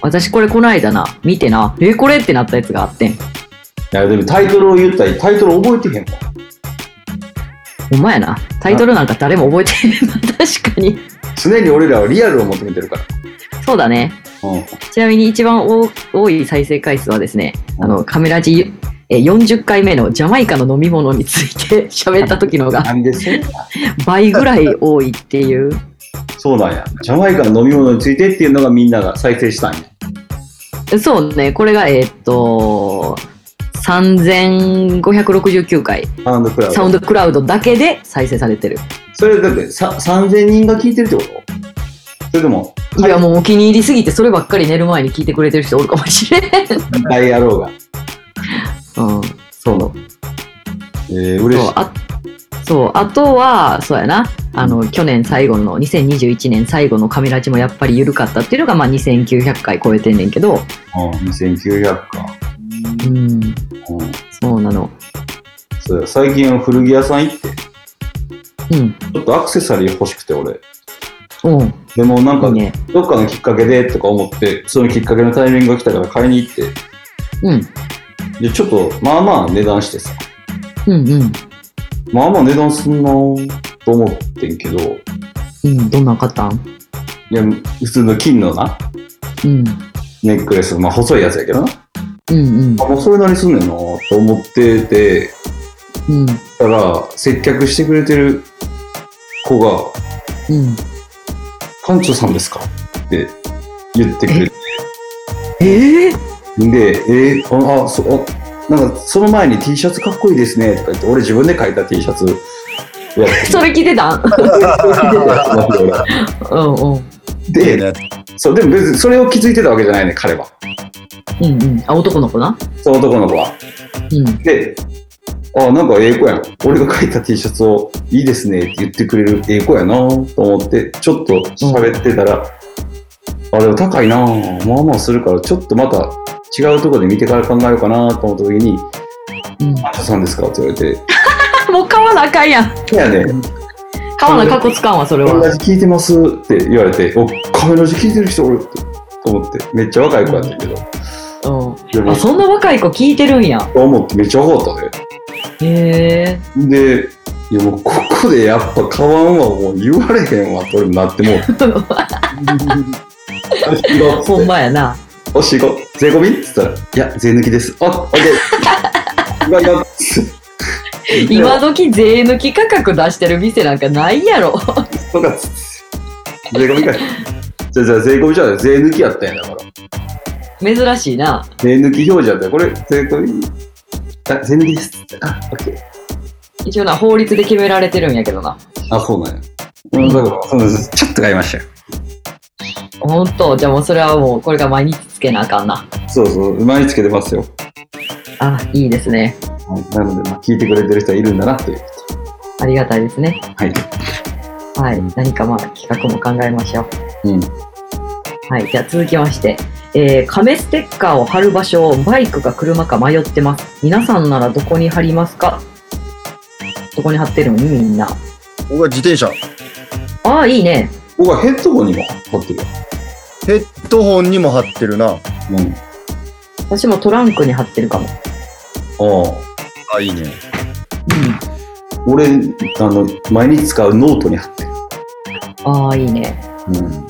Speaker 3: 私これこの間な、見てな、え、これってなったやつがあってん。
Speaker 4: いや、でもタイトルを言ったり、タイトル覚えてへんもん。
Speaker 3: ほんまやな。タイトルなんか誰も覚えてへんな。 確かに。
Speaker 4: 常に俺らはリアルを求めてるから。
Speaker 3: そうだね。
Speaker 4: うん。
Speaker 3: ちなみに一番多多い再生回数はですね、
Speaker 4: うん
Speaker 3: あの、カメラジえー40回目のジャマイカの飲み物について 喋った時の が
Speaker 4: なんでせん
Speaker 3: 倍ぐらい多いっていう。
Speaker 4: そうなんや。ジャマイカの飲み物についてっていうのがみんなが再生したんや。
Speaker 3: そうね、これが、えーっと、3569回、
Speaker 4: サウンドクラウ
Speaker 3: サウン
Speaker 4: ド。
Speaker 3: ドクラウドだけで再生されてる。
Speaker 4: それだってさ3000人が聞いてるってことそれでも、
Speaker 3: いや、もうお気に入りすぎて、そればっかり寝る前に聞いてくれてる人おるかもしれん。
Speaker 4: 大野郎が。
Speaker 3: うん。
Speaker 4: そうなの。えー、嬉
Speaker 3: そう
Speaker 4: しい。
Speaker 3: あそうあとはそうやなあの去年最後の2021年最後のカメラジもやっぱり緩かったっていうのが、まあ、2900回超えてんねんけど
Speaker 4: うん、2900か。
Speaker 3: うん
Speaker 4: うん。
Speaker 3: そうなの
Speaker 4: そうや最近は古着屋さん行って、
Speaker 3: うん
Speaker 4: ちょっとアクセサリー欲しくて、俺。
Speaker 3: うん
Speaker 4: でもなん
Speaker 3: い
Speaker 4: か
Speaker 3: い、ね
Speaker 4: どっかのきっかけでとか思って、そのきっかけのタイミングが来たから買いに行って、
Speaker 3: うん
Speaker 4: で、ちょっと、まあまあ値段してさ、
Speaker 3: うんうん
Speaker 4: まあまあ値段すんなーと思ってんけど、い
Speaker 3: うんどんなん買ったん
Speaker 4: や、普通の金のな、
Speaker 3: うん
Speaker 4: ネックレス、まあ細いやつやけどな。
Speaker 3: うん
Speaker 4: あ、もうそれなりすんねんなと思ってて、
Speaker 3: うんうん
Speaker 4: たら、接客してくれてる子が、
Speaker 3: うん
Speaker 4: 館長さんですかって言ってくれて、
Speaker 3: えー、
Speaker 4: で、えーあ、あ、そ、あなんか、その前に T シャツかっこいいですね、とか言って、俺自分で書いた T シ ャツ。いや、
Speaker 3: それ聞いてたんうんうん
Speaker 4: で、そう、でも別にそれを気づいてたわけじゃないね、彼は。
Speaker 3: うんうんあ男の子な
Speaker 4: その男の子は。
Speaker 3: うん
Speaker 4: で、あ、なんかええ子やん。俺が書いた T シャツをいいですねって言ってくれるええ子やなと思って、ちょっと喋ってたら、あ、でも高いなまあまあするから、ちょっとまた違うところで見てから考えようかなと思った時に、
Speaker 3: うん
Speaker 4: マッチョさんですかって言われて、
Speaker 3: あもう買わなあかんやん
Speaker 4: いやね、
Speaker 3: 買わなかっこつかんわそれ
Speaker 4: 同
Speaker 3: は
Speaker 4: じ聞いてますって言われて、お、カメラジ聞いてる人おるって。と思ってめっちゃ若い子やったけ
Speaker 3: う
Speaker 4: ど、で
Speaker 3: んあ
Speaker 4: も
Speaker 3: そんな若い子聞いてるんや
Speaker 4: 思ってめっちゃ若かった
Speaker 3: へえ
Speaker 4: ねでいやもうここでやっぱ買わんわもう言われへんわと俺もなっても う
Speaker 3: ほんまやな。
Speaker 4: おしご、税込みっつったら、いや、税抜きです。あ、オッケ ー。今よっつっ
Speaker 3: 今時税抜き価格出してる店なんかないやろ。
Speaker 4: とかつって税込みかい。じゃあじゃあ税込みじゃない、税抜きやったんやだから。
Speaker 3: 珍しいな。
Speaker 4: 税抜き表示やったよ。これ、税込み。あ、税抜きです。あ、オッケー。
Speaker 3: 一応な、法律で決められてるんやけどな。
Speaker 4: あ、そうなんや。うん、だから、そうですちょっと買いましたよ。
Speaker 3: ほんと、じゃあもうそれはもうこれが毎日つけなあかんな。
Speaker 4: そうそう、毎日つけてますよ。
Speaker 3: あ、いいですね。
Speaker 4: はい、なので、まあ、聞いてくれてる人はいるんだなっていう。
Speaker 3: ありがたいですね。
Speaker 4: はい。
Speaker 3: はい。何かまあ企画も考えましょう。
Speaker 4: うん。
Speaker 3: はい。じゃあ続きまして。えー、亀ステッカーを貼る場所をバイクか車か迷ってます。皆さんならどこに貼りますかどこに貼ってるのみんな。
Speaker 2: 僕は自転車。
Speaker 3: ああ、いいね。
Speaker 4: 僕はヘッドホンにも貼ってるよ。
Speaker 2: ヘッドホンにも貼ってるな。
Speaker 4: うん。
Speaker 3: 私もトランクに貼ってるかも。
Speaker 4: ああ。
Speaker 2: あ、いいね。
Speaker 4: 俺、あの、毎日使うノートに貼ってる。
Speaker 3: ああ、いいね。
Speaker 4: うん。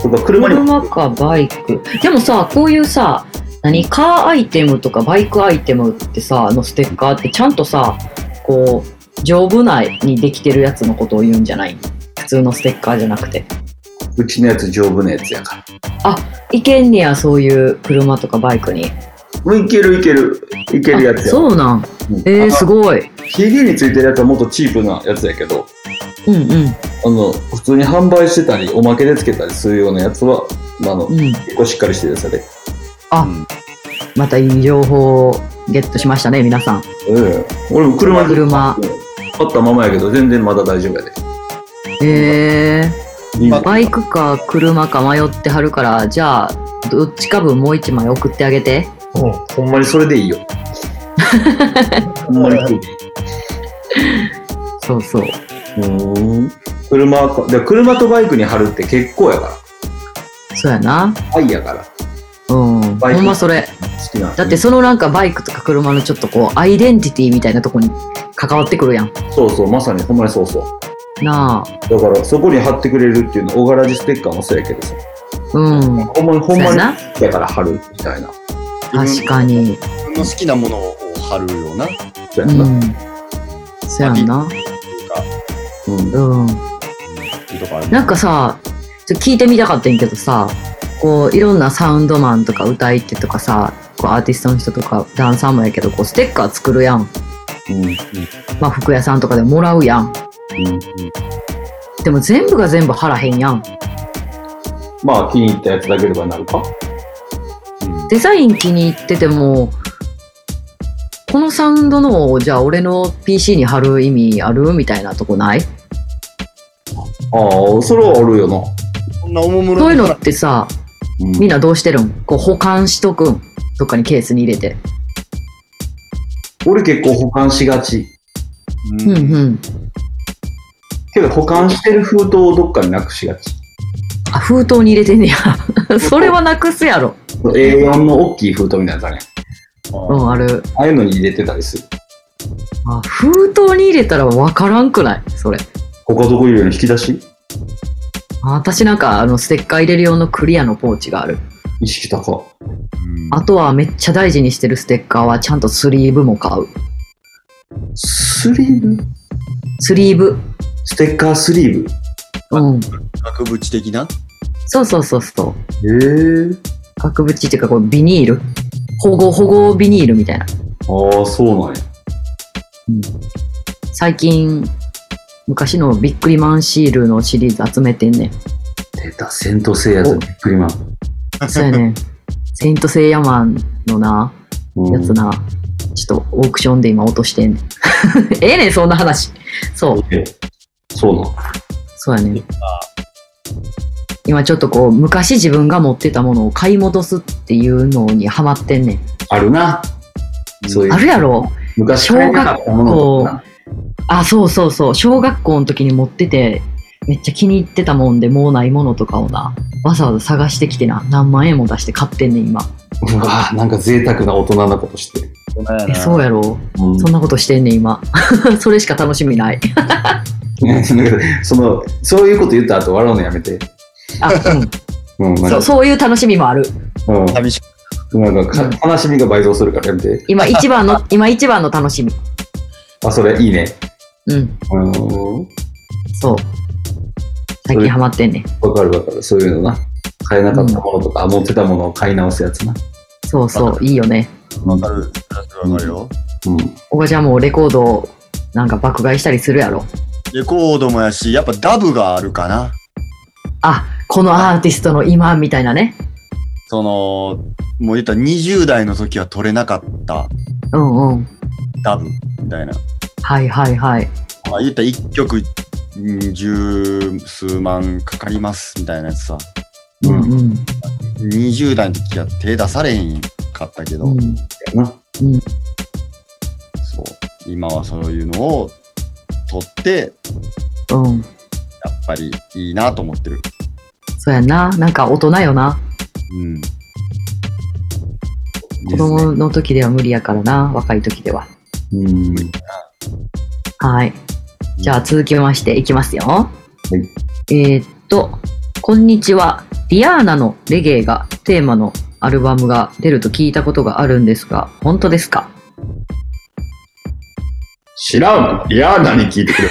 Speaker 4: とか、車にも。
Speaker 3: 車かバイク。でもさ、こういうさ、何カーアイテムとかバイクアイテムってさ、のステッカーってちゃんとさ、こう、丈夫内にできてるやつのことを言うんじゃない普通のステッカーじゃなくて。
Speaker 4: うちのやつ丈夫なやつやから。
Speaker 3: いけんねや、そういう車とかバイクに。
Speaker 4: うん、いけるいける。いけるやつ
Speaker 3: あ
Speaker 4: や。
Speaker 3: そうなん。
Speaker 4: うん
Speaker 3: え
Speaker 4: あ
Speaker 3: ー、
Speaker 4: の
Speaker 3: すごい。
Speaker 4: ヒゲについてるやつはもっとチープなやつやけど、
Speaker 3: うんうん。
Speaker 4: あの、普通に販売してたり、おまけでつけたりするようなやつは、あの、
Speaker 3: うん。
Speaker 4: 結構しっかりしてるやつやで。
Speaker 3: あ
Speaker 2: うん
Speaker 3: またいい情報をゲットしましたね、皆さん。
Speaker 4: うん。俺も車に
Speaker 3: 車。
Speaker 4: 買ったままやけど、全然まだ大丈夫やで。
Speaker 3: えー。
Speaker 4: 今
Speaker 3: バイクか車か迷ってはるから、じゃあ、どっちか分もう一枚送ってあげて。
Speaker 4: うんほんまにそれでい いよ。ほんまにそれでいい。
Speaker 3: そうそう。
Speaker 4: うん。車か、で車とバイクに貼るって結構やから。
Speaker 3: そうやな。
Speaker 4: 愛やから。
Speaker 3: うん。
Speaker 4: バイク
Speaker 3: ほんまそれ。
Speaker 4: 好きな。
Speaker 3: だってそのなんかバイクとか車のちょっとこう、アイデンティティみたいなとこに関わってくるやん。
Speaker 4: そうそう、まさにほんまにそうそう。
Speaker 3: な
Speaker 4: だから、そこに貼ってくれるっていうの、小柄じステッカーもそうやけどさ。
Speaker 3: あ。うん。
Speaker 4: ほんまに、ほんま
Speaker 3: そう
Speaker 4: に、
Speaker 3: やな
Speaker 4: だから貼るみたいな。
Speaker 3: 確かに。
Speaker 2: 自分の好きなものを貼るような。
Speaker 4: そう
Speaker 3: う
Speaker 4: やな。
Speaker 3: ん。そうやんな。
Speaker 4: うん。
Speaker 3: うん。
Speaker 2: いいとこある
Speaker 3: なんかさ、ちょっと聞いてみたかったんやけどさ、こう、いろんなサウンドマンとか歌い手とかさ、こうアーティストの人とかダンサーもやけど、こう、ステッカー作るやん。
Speaker 4: うん。
Speaker 3: まあ、服屋さんとかでもらうやん。
Speaker 4: うん。
Speaker 3: でも全部が全部腹へんやん。
Speaker 4: まあ気に入ったやつだければなるか
Speaker 3: デザイン気に入ってても、このサウンドのをじゃあ俺の PC に貼る意味あるみたいなとこない
Speaker 4: ああそれはあるよな、
Speaker 2: こんなおもむろ
Speaker 3: そういう
Speaker 2: に
Speaker 3: のってさ、
Speaker 4: うん、
Speaker 3: みんなどうしてるんこう保管しとくんどっかにケースに入れて。
Speaker 4: 俺結構保管しがち
Speaker 2: う
Speaker 3: うん
Speaker 2: ん
Speaker 3: うん。
Speaker 4: けど保管してる封筒をどっかになくしがち
Speaker 3: あ、封筒に入れてんね や。それはなくすやろ。
Speaker 4: A4 の大きい封筒みたいなやつあるやん
Speaker 3: う
Speaker 2: あ
Speaker 3: ん、ある。
Speaker 4: ああいうのに入れてたりする
Speaker 3: あ、封筒に入れたらわからんくないそれ。
Speaker 4: 他どこ入れるの引き出し
Speaker 3: あ私なんか、あの、ステッカー入れる用のクリアのポーチがある。
Speaker 4: 意識高
Speaker 2: うん
Speaker 3: あとはめっちゃ大事にしてるステッカーはちゃんとスリーブも買う。
Speaker 4: スリーブ
Speaker 3: スリーブ。
Speaker 4: ステッカースリーブ
Speaker 3: うん。
Speaker 2: 額縁的な
Speaker 3: そうそうそうそう。
Speaker 4: へえ
Speaker 3: 額縁っていうか、こう、ビニール。保護、保護ビニールみたいな。
Speaker 4: ああそうなんや
Speaker 3: 最近、昔のビックリマンシールのシリーズ集めてんねん。
Speaker 4: 出たセントセイヤとビックリマン
Speaker 3: そうやねん。セイントセイヤマンのな、
Speaker 4: う
Speaker 3: や
Speaker 4: ん
Speaker 3: つな、ちょっとオークションで今落としてんねん。 ええねん、そんな話。そう、
Speaker 4: えそうなん
Speaker 3: そうやねん。今ちょっとこう、昔自分が持ってたものを買い戻すっていうのにハマってんね
Speaker 4: あるなそうい
Speaker 3: ん。あ
Speaker 4: う
Speaker 3: るやろ
Speaker 4: 昔買えなかったものとかな
Speaker 3: あ、そうそうそう。小学校の時に持ってて、めっちゃ気に入ってたもんで、もうないものとかをな、わざわざ探してきてな、何万円も出して買ってんねん、今。
Speaker 4: うわぁなんか贅沢な大人なことしてる、
Speaker 2: 大人や
Speaker 3: え、
Speaker 2: な
Speaker 3: そうやろ
Speaker 4: うん
Speaker 3: そんなことしてんねん、今。 それしか楽しみない。
Speaker 4: ねなんかそのそういうこと言った後笑うのやめて。
Speaker 3: あ、うん。
Speaker 4: うん、なん
Speaker 3: そ
Speaker 4: か
Speaker 3: う、そういう楽しみもある。
Speaker 4: う
Speaker 2: 寂しく
Speaker 4: ん、なんかか悲しみが倍増するからやめて。
Speaker 3: 今一番の、今一番の楽しみ。
Speaker 4: あ、それいいね。
Speaker 3: うん。
Speaker 4: うん、
Speaker 3: そう。最近ハマってんねん。
Speaker 4: わかるわかる。そういうのな。買えなかったものとか、持ってたものを買い直すやつな。
Speaker 3: そうそう、いいよね。
Speaker 4: わ
Speaker 2: な。るわかるよ
Speaker 4: うん。
Speaker 3: おばちゃんもレコードをなんか爆買いしたりするやろ。
Speaker 2: レコードもやしやっぱダブがあるかな
Speaker 3: あ、このアーティストの今みたいなね。
Speaker 2: そのもう言ったら20代の時は取れなかった
Speaker 3: うんうん。
Speaker 2: ダブみたいな
Speaker 3: はいはいはい。
Speaker 2: まあ言ったら1曲うん十数万かかりますみたいなやつさ
Speaker 3: う
Speaker 4: うんん。
Speaker 3: うん。
Speaker 2: 20代の時は手出されへんかったけど、
Speaker 3: うん、
Speaker 4: な。
Speaker 2: そう今はそういうのを取って
Speaker 3: うん。
Speaker 2: やっぱりいいなと思ってる
Speaker 3: そうやんな。なんか大人よな。
Speaker 2: うん
Speaker 3: 子供の時では無理やからな。若い時では。
Speaker 4: うん。
Speaker 3: はい。じゃあ続きましていきますよ。はい、えーっと、こんにちは。ディアーナのレゲエがテーマのアルバムが出ると聞いたことがあるんですが、本当ですか
Speaker 4: 知らん。いや、何聞いてくれ。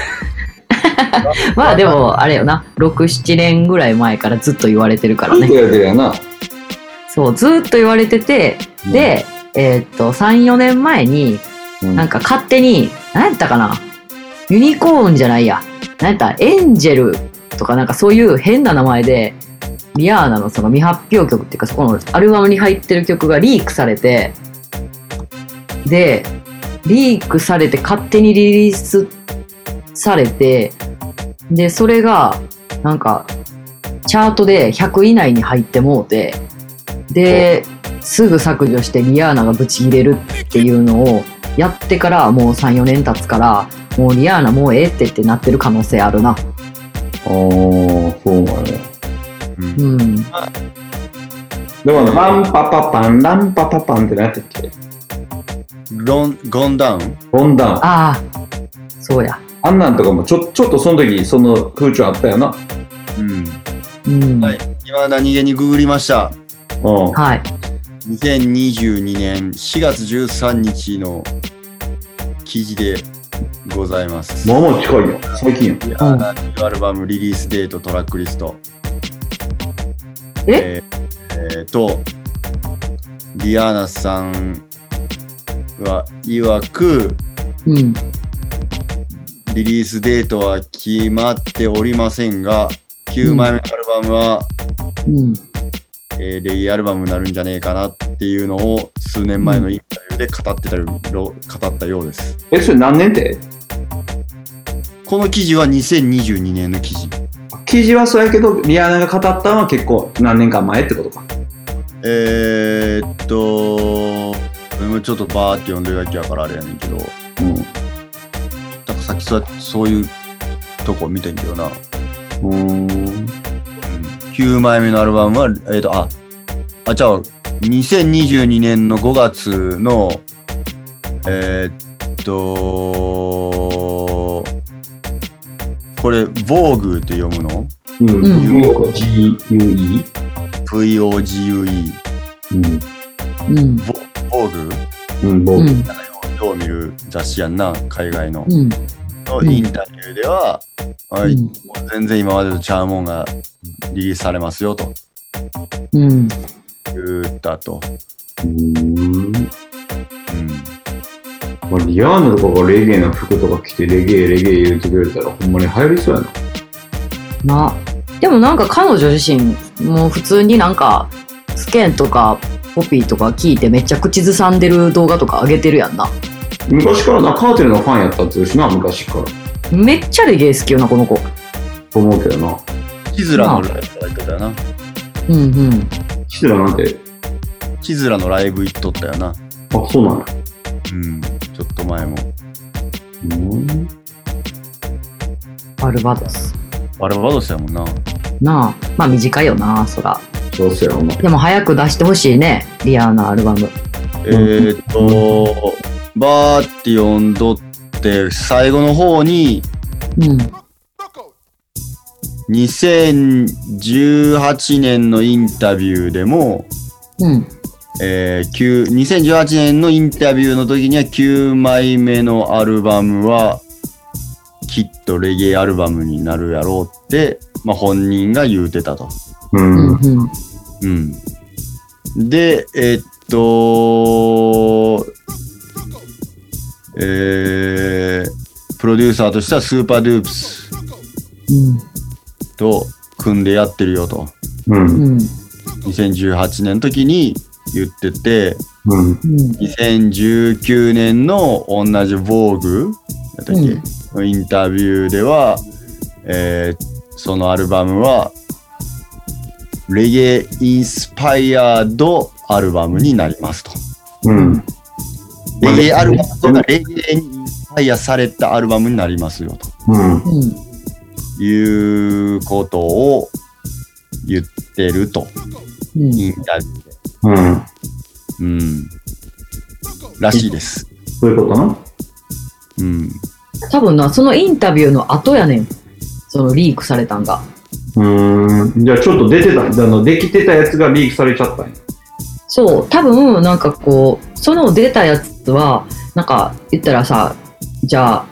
Speaker 3: まあでも、あれよな。6、7年ぐらい前からずっと言われてるから
Speaker 4: 聞い
Speaker 3: ね。
Speaker 4: てやれてるやな。
Speaker 3: そう、ずっと言われてて、で、えーっと、3、4年前に、
Speaker 4: うん、
Speaker 3: なんか勝手に、何やったかなユニコーンじゃないや。何やったエンジェルとかなんかそういう変な名前で、リアーナのその未発表曲っていうかそこのアルバムに入ってる曲がリークされて、で、リークされて勝手にリリースされて、で、それが、なんか、チャートで100以内に入ってもうて、で、すぐ削除してリアーナがブチ切れるっていうのをやってからもう34年経つからもうリアーナもうええってってなってる可能性あるな
Speaker 4: あー、そうなんや。
Speaker 3: うん
Speaker 4: でも、ランパパパン、ランパパパンって何やったっけ
Speaker 2: ロンゴンダウン
Speaker 4: ロンダウン。
Speaker 3: ああそうや
Speaker 4: あんなんとかも、ちょ、ちょっとその時、その風潮あったよな。
Speaker 2: うん
Speaker 3: うんは、
Speaker 2: はいい今何気にググりました
Speaker 4: うん。
Speaker 2: 2022年4月13日の記事でございます。
Speaker 4: まあまあ近いよ。最近よ。
Speaker 2: いやーニューアルバムリリースデートトラックリスト。
Speaker 3: え
Speaker 2: えーえーと、ディアーナさんは、いわく、
Speaker 3: うん
Speaker 2: リリースデートは決まっておりませんが、9枚目のアルバムは、
Speaker 3: うん。
Speaker 2: えーレイアルバムになるんじゃねえかなっていうのを数年前のインタビューで語ってたよ語ったようです。
Speaker 4: え、それ何年って
Speaker 2: この記事は2022年の記事。
Speaker 4: 記事はそうやけど、リアナが語ったのは結構何年か前ってことか。
Speaker 2: えー、っと、俺もちょっとバーって読んでるだけやからあれやねんけど、なんかさっきそうそういうとこ見てんけどな。
Speaker 4: うん。うーん。
Speaker 2: 9枚目のアルバムは、えっ、と、あ、あ、じゃあ、2022年の5月の、えーっと、これ、防具って読むの
Speaker 4: うん
Speaker 3: うん
Speaker 4: GUE?
Speaker 2: ?VOGUE。
Speaker 4: うん。
Speaker 3: うん。
Speaker 2: 防具
Speaker 4: うん、僕。
Speaker 3: うん。
Speaker 2: どう見る雑誌やんな、海外の。
Speaker 3: うん。
Speaker 2: の
Speaker 3: うん
Speaker 2: インタビューでは、あ
Speaker 3: うん
Speaker 2: 全然今までとちゃうもんがリリースされますよと
Speaker 3: うん。
Speaker 2: 言ったと。
Speaker 4: うん。
Speaker 2: うん
Speaker 4: まあ、リアーナとかがレゲエの服とか着て、レゲエ、レゲエ言うてくれたら、ほんまに入りそうやな。
Speaker 3: な。でもなんか彼女自身、もう普通になんか、スケンとか、ポピーとか聞いてめっちゃ口ずさんでる動画とか上げてるやんな。
Speaker 4: 昔からな、カーテルのファンやったって言うしな、昔から。
Speaker 3: めっちゃレゲエ好きよな、この子。
Speaker 4: と思うけどな。
Speaker 2: キズラのライブ行っとったよな。
Speaker 3: うんうん。
Speaker 4: キスラなんて、
Speaker 2: キズラのライブ行っとったよな。
Speaker 4: あ、そうなんや。
Speaker 2: うん、ちょっと前も。
Speaker 4: うん。
Speaker 3: バルバドス。
Speaker 2: バルバドスやもんな。
Speaker 3: なあ。まあ短いよな、そら。
Speaker 4: そうせやろな。
Speaker 3: でも早く出してほしいね、リアーナアルバム。
Speaker 2: えーっと、バーって呼んどって、最後の方に、
Speaker 3: うん。
Speaker 2: 2018年のインタビューでも、
Speaker 3: うん。
Speaker 2: えー、9 2018年のインタビューの時には9枚目のアルバムはきっとレゲエアルバムになるやろうって、まあ、本人が言うてたと。
Speaker 4: う。
Speaker 3: うんん。
Speaker 2: うん、でえっとえー、プロデューサーとしてはスーパードゥープス
Speaker 3: う
Speaker 2: と組んでやってるよと
Speaker 4: うん。
Speaker 3: ん。
Speaker 2: 2018年の時に言ってて
Speaker 4: うん。
Speaker 3: うん。
Speaker 2: 2019年の同じ「VOGUE」やったっけ、
Speaker 3: うん
Speaker 2: のインタビューでは、えーそのアルバムはレゲエインスパイアドアルバムになりますと。
Speaker 4: うん。
Speaker 2: レゲエアルバムとかレゲエにインスパイアされたアルバムになりますよ
Speaker 4: うん。
Speaker 3: うん。
Speaker 2: ということを言ってると。
Speaker 3: うん。
Speaker 2: インタビューで。
Speaker 4: うん。
Speaker 2: うん。らしいです。
Speaker 4: そういうことな。
Speaker 2: うん。
Speaker 3: 多分な、そのインタビューの後やねん。そのリークされたんが。
Speaker 4: うーん。じゃあちょっと出てた、あの、できてたやつがリークされちゃったんや。
Speaker 3: そう、多分なんかこう、その出たやつは、なんか言ったらさ、じゃあ、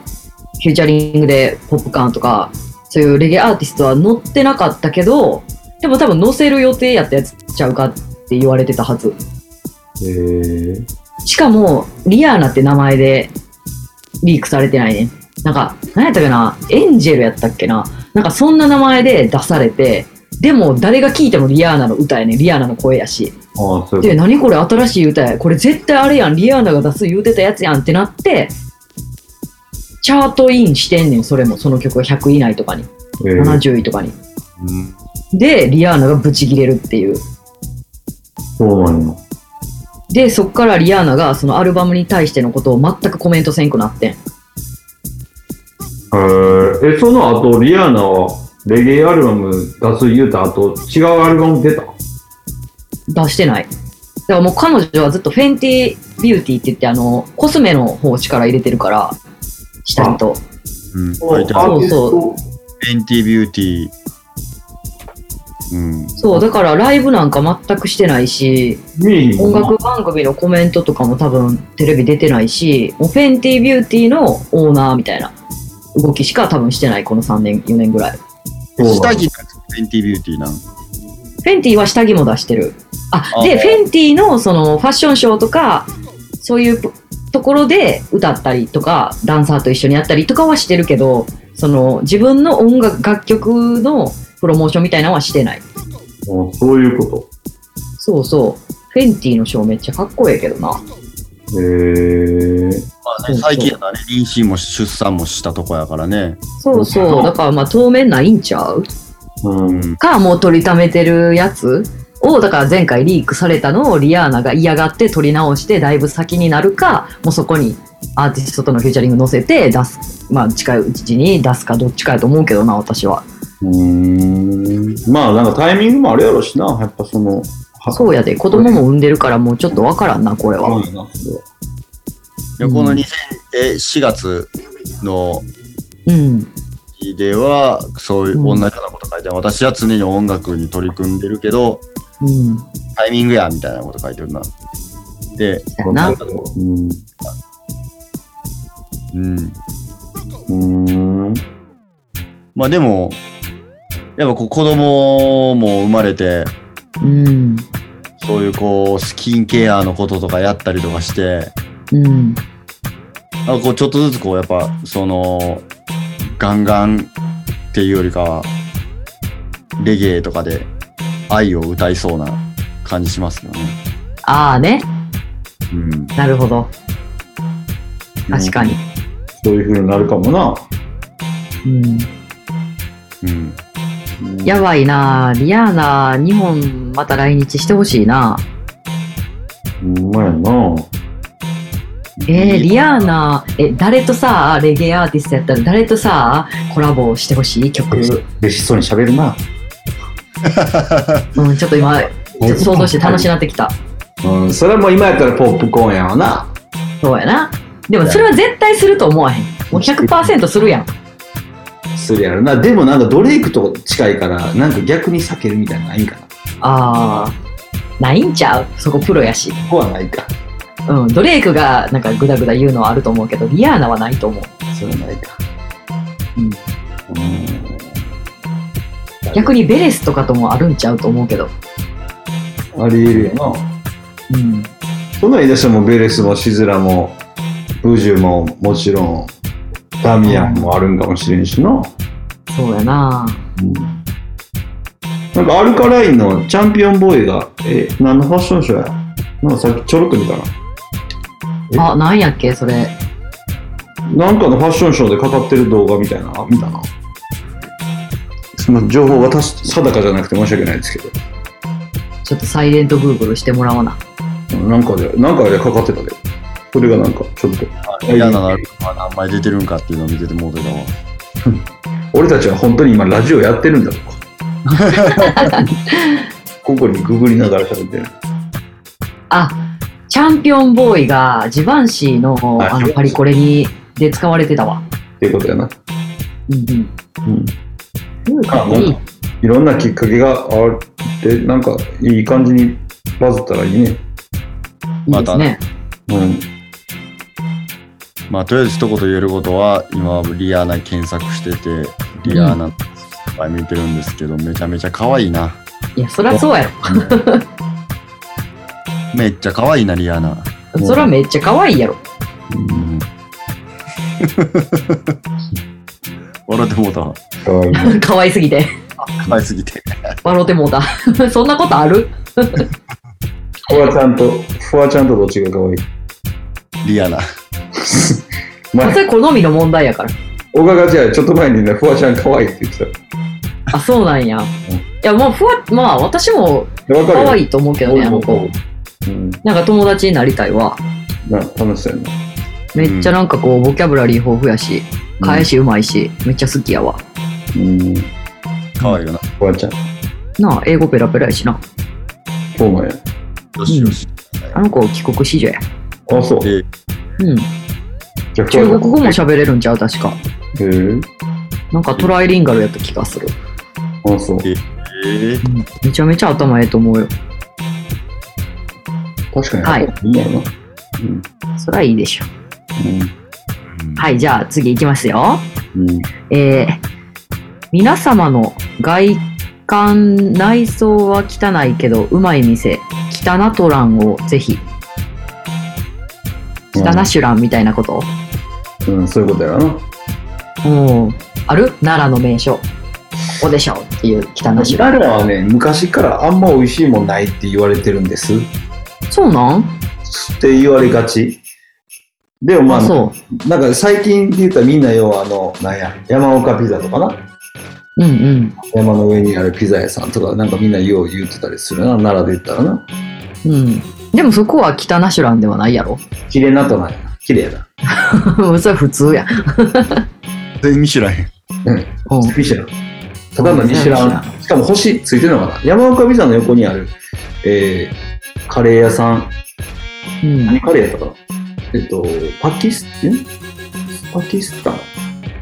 Speaker 3: フューチャリングでポップカーンとか、そういうレゲエアーティストは載ってなかったけど、でも多分載せる予定やったやつちゃうかって言われてたはず。
Speaker 4: へえ。
Speaker 3: しかも、リアーナって名前でリークされてないね。なんか、何やったかなエンジェルやったっけななんかそんな名前で出されて、でも誰が聞いてもリアーナの歌やねリアーナの声やし。
Speaker 4: ああ、そうい
Speaker 3: で、
Speaker 4: うこ
Speaker 3: 何これ新しい歌や。これ絶対あれやん。リアーナが出す言うてたやつやんってなって、チャートインしてんねん、それも。その曲が100位以内とかに。
Speaker 4: と。へえ
Speaker 3: 70位とかに。
Speaker 2: うん
Speaker 3: で、リアーナがブチギレるっていう。
Speaker 4: そうなんや。
Speaker 3: で、そっからリアーナがそのアルバムに対してのことを全くコメントせんくなってん。
Speaker 4: へーえ、その後、リアーナはレゲエアルバム出す言うた後、違うアルバム出た
Speaker 3: 出してない。だからもう彼女はずっとフェンティビューティーって言ってあの、コスメの方を力入れてるから、下と。
Speaker 2: うん。相手
Speaker 4: ア
Speaker 2: は
Speaker 4: ーティスト
Speaker 2: エンティビューティー。うん。
Speaker 3: そう、だからライブなんか全くしてないし、
Speaker 4: 見えへんも
Speaker 3: 音
Speaker 4: んな
Speaker 3: 楽番組のコメントとかも多分テレビ出てないし、もうフェンティビューティーのオーナーみたいな動きしか多分してない、この3年、4年ぐらい。フ
Speaker 4: そうなん
Speaker 2: 下
Speaker 4: や
Speaker 2: 着がエンティビューティーなん。
Speaker 3: ェンティは下着も出してる。あ、で、
Speaker 2: あ
Speaker 3: フェンティのそのファッションショーとか、そういうところで歌ったりとかダンサーと一緒にやったりとかはしてるけどその自分の音楽楽曲のプロモーションみたいなのはしてない
Speaker 4: あそういうこ
Speaker 3: そうそうフェンティのショーめっちゃかっこええけどな
Speaker 4: と。へえ。
Speaker 2: まあね、最近だね、妊娠も出産もしたとこやからね。
Speaker 3: そうそうだからまあ当面ないんちゃう
Speaker 4: う。
Speaker 2: うんん。
Speaker 3: かもう取りためてるやつをだから前回リークされたのをリアーナが嫌がって取り直してだいぶ先になるかもうそこにアーティストとのフューチャリング載せて出すまあ近いうちに出すかどっちかやと思うけどな私は
Speaker 4: うーん。まあ、なんかタイミングもあるやろしな。やっぱその、は
Speaker 3: そうやで子供も産んでるからもうちょっとわからんなこれ
Speaker 4: う
Speaker 3: は
Speaker 4: んな。それは
Speaker 2: でこの2000え4月の
Speaker 3: うん
Speaker 2: 日では、そういう
Speaker 3: う
Speaker 2: 同
Speaker 3: ん
Speaker 2: じようなこと書いてある。私は常に音楽に取り組んでるけど、
Speaker 3: うん
Speaker 2: タイミングや、みたいなこと書いてるな。で、
Speaker 3: だよな
Speaker 4: うん。
Speaker 2: うん。
Speaker 4: うーん。
Speaker 2: まあでも、やっぱこう子供も生まれて、
Speaker 3: うん
Speaker 2: そういうこう、スキンケアのこととかやったりとかして、
Speaker 3: うん
Speaker 2: あこうちょっとずつこう、やっぱ、その、ガンガンっていうよりかは、レゲエとかで愛を歌いそうな感じしますよね。
Speaker 3: ああね
Speaker 2: うん。
Speaker 3: なるほど確かに
Speaker 4: そういう風になるかもな。
Speaker 3: うん
Speaker 2: うん。
Speaker 4: うん
Speaker 3: やばいなリアーナ日本また来日してほしいな
Speaker 4: ほんまやな。
Speaker 3: えー、リアーナ、え、誰とさ、レゲエアーティストやったら、誰とさ、コラボしてほしい曲。う
Speaker 4: 嬉しそうに喋るな。
Speaker 3: ん、ちょっと今、ちょっと想像して楽しなってきた。
Speaker 4: うん、それはもう今やったらポップコーンやわな。
Speaker 3: そうやな。でもそれは絶対すると思わへん。もう100%するやん。
Speaker 4: するやろな。でもなんかドレイクと近いから、なんか逆に避けるみたいなのないんかな。
Speaker 3: あー、ないんちゃうそこプロやし。
Speaker 4: ここはないか。
Speaker 3: うん、ドレイクがなんかグダグダ言うのはあると思うけど、リアーナはないと思う。
Speaker 4: それはないか。
Speaker 3: うん
Speaker 4: うん。
Speaker 3: 逆にベレスとかともあるんちゃうと思うけど。
Speaker 4: ありえるよな。
Speaker 3: うん。
Speaker 4: そんなん言い出したらもうベレスもシズラもブジュももちろんダミアンもあるんかもしれんしな。
Speaker 3: そうやな
Speaker 4: なんかアルカラインのチャンピオンボーイが、え、何のファッションショーやなんかさっきちょろっと見たな。
Speaker 3: あ、なんやっけそれ。
Speaker 4: なんかのファッションショーでかかってる動画みたいな、見たな。その情報がたし定かじゃなくて申し訳ないです
Speaker 3: ち
Speaker 4: け
Speaker 3: ょっとサイレントグーグルしてもらわな。
Speaker 4: ど、なんかで、なんかでかかってたで。それがなんか、ちょっと、
Speaker 2: リアーナのアルバムが何枚出てるんかっていうのを見ててもうてたわ。
Speaker 4: 俺たちは本当に今ラジオやってるんだとか。 ここにググりながら喋ってる。
Speaker 3: あ、チャンピオンボーイがジバンシーの
Speaker 4: い
Speaker 3: あのパリコレにで使われてたわ。
Speaker 4: っていうことやな。
Speaker 3: うん
Speaker 4: うん。
Speaker 3: うん。か
Speaker 4: あ
Speaker 3: っこいい
Speaker 4: も。いろんなきっかけがあって、なんかいい感じにバズったらいいね。
Speaker 3: いい
Speaker 2: ま
Speaker 3: で
Speaker 2: た
Speaker 3: すね。
Speaker 4: うん。
Speaker 2: まあ、とりあえず一言言えることは、今、リアーナ検索してて、リアーナいっぱい見てるんですけど、めちゃめちゃ可愛いな。
Speaker 3: いや、そりゃそうや
Speaker 2: めっちゃ可愛いな、リアーナ。
Speaker 3: ろ。そりゃめっちゃ可愛いやろ。
Speaker 2: うん。笑ってもうたわ。
Speaker 4: かわいい。
Speaker 3: 可愛すぎて。
Speaker 2: 可愛すぎて。
Speaker 3: 笑ってもうた。 そんなことある
Speaker 4: フワちゃんと、フワちゃんとどっちが可愛い
Speaker 2: リアーナ。
Speaker 3: そ
Speaker 4: 前、
Speaker 3: れ好みの問題やから。
Speaker 4: 小川がじゃあちょっと前にね、フワちゃん可愛いって言ってた。
Speaker 3: あ、そうなんや。いや、もうふわ、まあ私も
Speaker 4: わかるよ。
Speaker 3: 可愛いと思うけどね、
Speaker 4: 俺
Speaker 3: あの
Speaker 4: も
Speaker 3: 子。
Speaker 4: うん。
Speaker 3: なんか友達になりたいわ。
Speaker 4: な、楽しそうやな。
Speaker 3: めっちゃなんかこう、ボキャブラリー豊富やし、返しうまいし、めっちゃ好きやわ。
Speaker 4: うん。
Speaker 2: 可愛いよな。
Speaker 4: フワちゃん。
Speaker 3: なあ、英語ペラペラやしな。
Speaker 4: そうなんや。
Speaker 2: よしよし。
Speaker 3: あの子帰国子女や。
Speaker 4: あ、そう。
Speaker 2: で、
Speaker 3: うん。
Speaker 4: じゃあ
Speaker 3: 中国語も
Speaker 4: へ
Speaker 3: 喋れるんちゃう確か。
Speaker 4: え。
Speaker 3: なんかトライリンガルやった気がする。
Speaker 4: あ、そう。
Speaker 2: えー、
Speaker 3: めちゃめちゃ頭ええと思うよ。
Speaker 4: 確かに。
Speaker 3: はい。
Speaker 4: いいやろな。
Speaker 3: そりゃいいでしょ。
Speaker 2: うん
Speaker 3: はい、じゃあ次行きますよ。
Speaker 4: うん。うん。
Speaker 3: えー、皆様の外観、内装は汚いけど、うまい店、汚トランをぜひ。ダナシュランみたいなこと、
Speaker 4: うん、そういうことやろな。
Speaker 3: うん、ある奈良の名所ここでしょっていう北ナシュラン
Speaker 4: 奈良はね、昔からあんま美味しいもんないって言われてるんです。っ
Speaker 3: そうなん
Speaker 4: て言われがち。でもま
Speaker 3: あ
Speaker 4: あ、
Speaker 3: そ
Speaker 4: なんか最近で言ったらみんな要はあの、なんや、山岡ピザとかな。
Speaker 3: ううんうん
Speaker 4: 山の上にあるピザ屋さんとか、なんかみんなよう言ってたりするな、奈良で言ったらな。
Speaker 3: うんでもそこは北ナシュランではないやろ
Speaker 4: 綺麗なとなんやな。綺麗やな。
Speaker 3: それは普通や、
Speaker 2: 全然ミシュランや
Speaker 4: うん。
Speaker 3: うん、
Speaker 4: ミシュラン。ただのミシュラ
Speaker 3: ミシュ
Speaker 4: ン。しかも星ついてるのかな山岡美山の横にある、えー、カレー屋さん。
Speaker 3: うん
Speaker 4: 何カレーやったかなえっと、パキス、んパキスタン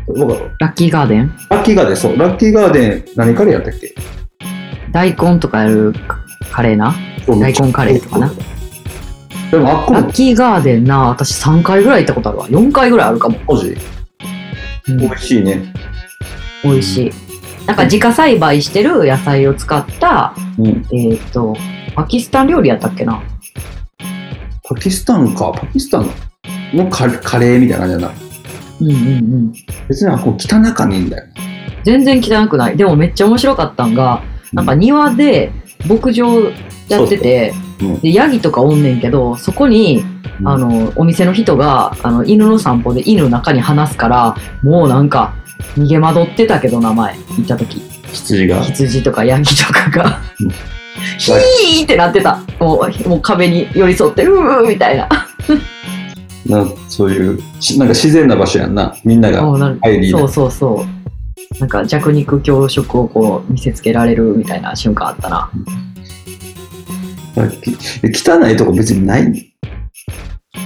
Speaker 4: 僕は
Speaker 3: ラッキーガーデン
Speaker 4: ラッキーガーデン、そう。ラッキーガーデン、何カレーやったっけ
Speaker 3: 大根とかやるカレーな大根カレーとかな。
Speaker 4: でもあっこ
Speaker 3: ラ
Speaker 4: も
Speaker 3: ッキーガーデンな私3回ぐらい行ったことあるわ4回ぐらいあるかも、
Speaker 4: マジ
Speaker 3: うん
Speaker 4: 美味しいね。
Speaker 3: 美味しいなんか自家栽培してる野菜を使った
Speaker 4: うん。
Speaker 3: えっ、とパキスタン料理やったっけな
Speaker 4: パキスタンか。パキスタンのカレカレーみたいな感じだな。
Speaker 3: うんうんうん
Speaker 4: 別にあっこ汚かねえんだよ。
Speaker 3: 全然汚くないでもめっちゃ面白かったんがなんか庭で牧場やってて、
Speaker 4: そうそううん
Speaker 3: でヤギとかおんねんけどそこに、
Speaker 4: うん
Speaker 3: あのお店の人があの犬の散歩で犬の中に話すからもうなんか逃げ惑ってたけど名前行った時
Speaker 4: 羊が。
Speaker 3: 羊とかヤギとかが
Speaker 4: うん
Speaker 3: 「ヒー!」ってなってたもうもう壁に寄り添って「うー!」みたいな
Speaker 4: なそういう、しなんか自然な場所やんな。みんな
Speaker 3: も
Speaker 4: が
Speaker 3: うなんか
Speaker 4: 入り、
Speaker 3: そうそうそうなんか弱肉強食をこう見せつけられるみたいな瞬間あったな
Speaker 4: き汚いとこ別にない。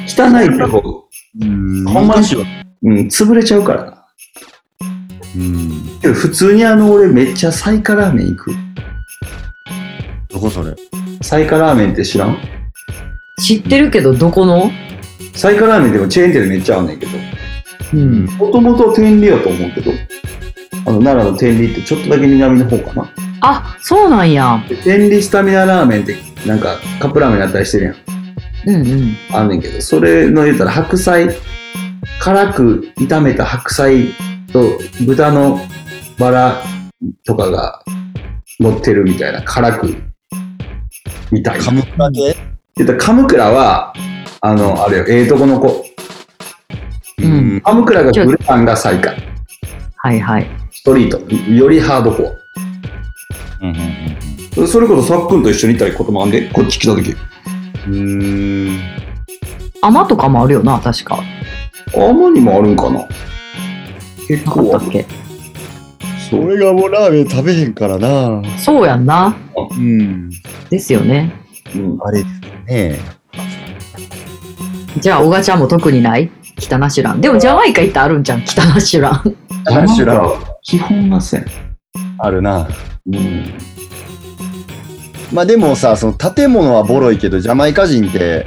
Speaker 4: 汚いとこ、
Speaker 2: うん
Speaker 4: ほんまに
Speaker 2: 昔は
Speaker 4: うん、潰れちゃうからな。
Speaker 2: うん
Speaker 4: けど普通にあの、俺めっちゃサイカラーメン行く。
Speaker 2: どこそれ
Speaker 4: サイカラーメンって知らん
Speaker 3: 知ってるけどどこの
Speaker 4: サイカラーメンでもチェーン店でめっちゃ合うねんけど。
Speaker 3: うん
Speaker 4: もともと天理やと思うけど、あの、奈良の天理ってちょっとだけ南の方かな。
Speaker 3: あそうなんや
Speaker 4: で天理スタミナラーメンって、なんかカップラーメンにあったりしてるやん。
Speaker 3: うんうん
Speaker 4: あんねんけど、それの言うたら白菜、辛く炒めた白菜と豚のバラとかが乗ってるみたいな、辛く、みたいな。
Speaker 2: カムクラ系
Speaker 4: 言ったらカムクラは、あの、あれよ、ええとこの子。
Speaker 3: うん
Speaker 4: カムクラが
Speaker 3: ちょ
Speaker 4: グレタンが最下位。
Speaker 3: はいはい
Speaker 4: ストリート。よりハードコア。
Speaker 2: うんうん
Speaker 4: それこそさっくんと一緒にいたりこともあんで、こっち来た時。
Speaker 2: うんうんうーん
Speaker 3: 甘とかもあるよな確か
Speaker 4: あまにもあるんかな結
Speaker 3: なかっ
Speaker 4: 構
Speaker 3: た
Speaker 4: あ
Speaker 3: っ
Speaker 4: る。
Speaker 3: け
Speaker 4: そう。
Speaker 2: 俺がもうラーメン食べへんからな
Speaker 3: そうやんな
Speaker 2: うん
Speaker 3: ですよね
Speaker 4: うん。
Speaker 2: あれね
Speaker 3: じゃあ小賀ちゃんも特にない北ナシュランでもジャマイカ行ったらあるんじゃん北ナシュラン
Speaker 2: ナシュラル
Speaker 4: は基本がせん。
Speaker 2: あるな
Speaker 4: うん。
Speaker 2: まあでもさその建物はボロいけどジャマイカ人って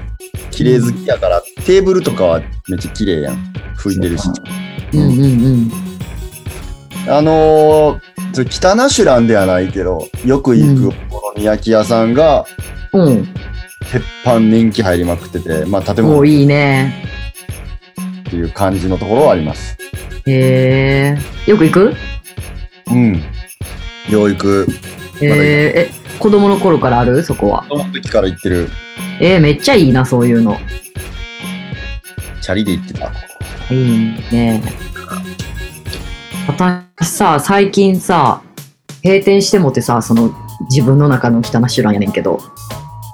Speaker 2: 綺麗好きやからテーブルとかはめっちゃ綺麗やん拭いてるし
Speaker 3: うんうんうん
Speaker 2: あのー、ちょ北ナシュランではないけどよく行くお好み焼き屋さんが
Speaker 3: うん
Speaker 2: 鉄板年季入りまくっててまあ建
Speaker 3: も
Speaker 2: 物
Speaker 3: う
Speaker 2: っ
Speaker 3: いいね
Speaker 2: ていう感じのところはあります
Speaker 3: へえよく行く
Speaker 2: うん養育
Speaker 3: へ
Speaker 2: まだ行く
Speaker 3: ええ子供の頃からあるそこは
Speaker 2: 子供の時から行ってる
Speaker 3: えー、めっちゃいいなそういうの
Speaker 2: チャリで行ってた
Speaker 3: いいね。私さ、最近さ、閉店してもってさ、その自分の中の汚しゅらんやねんけど、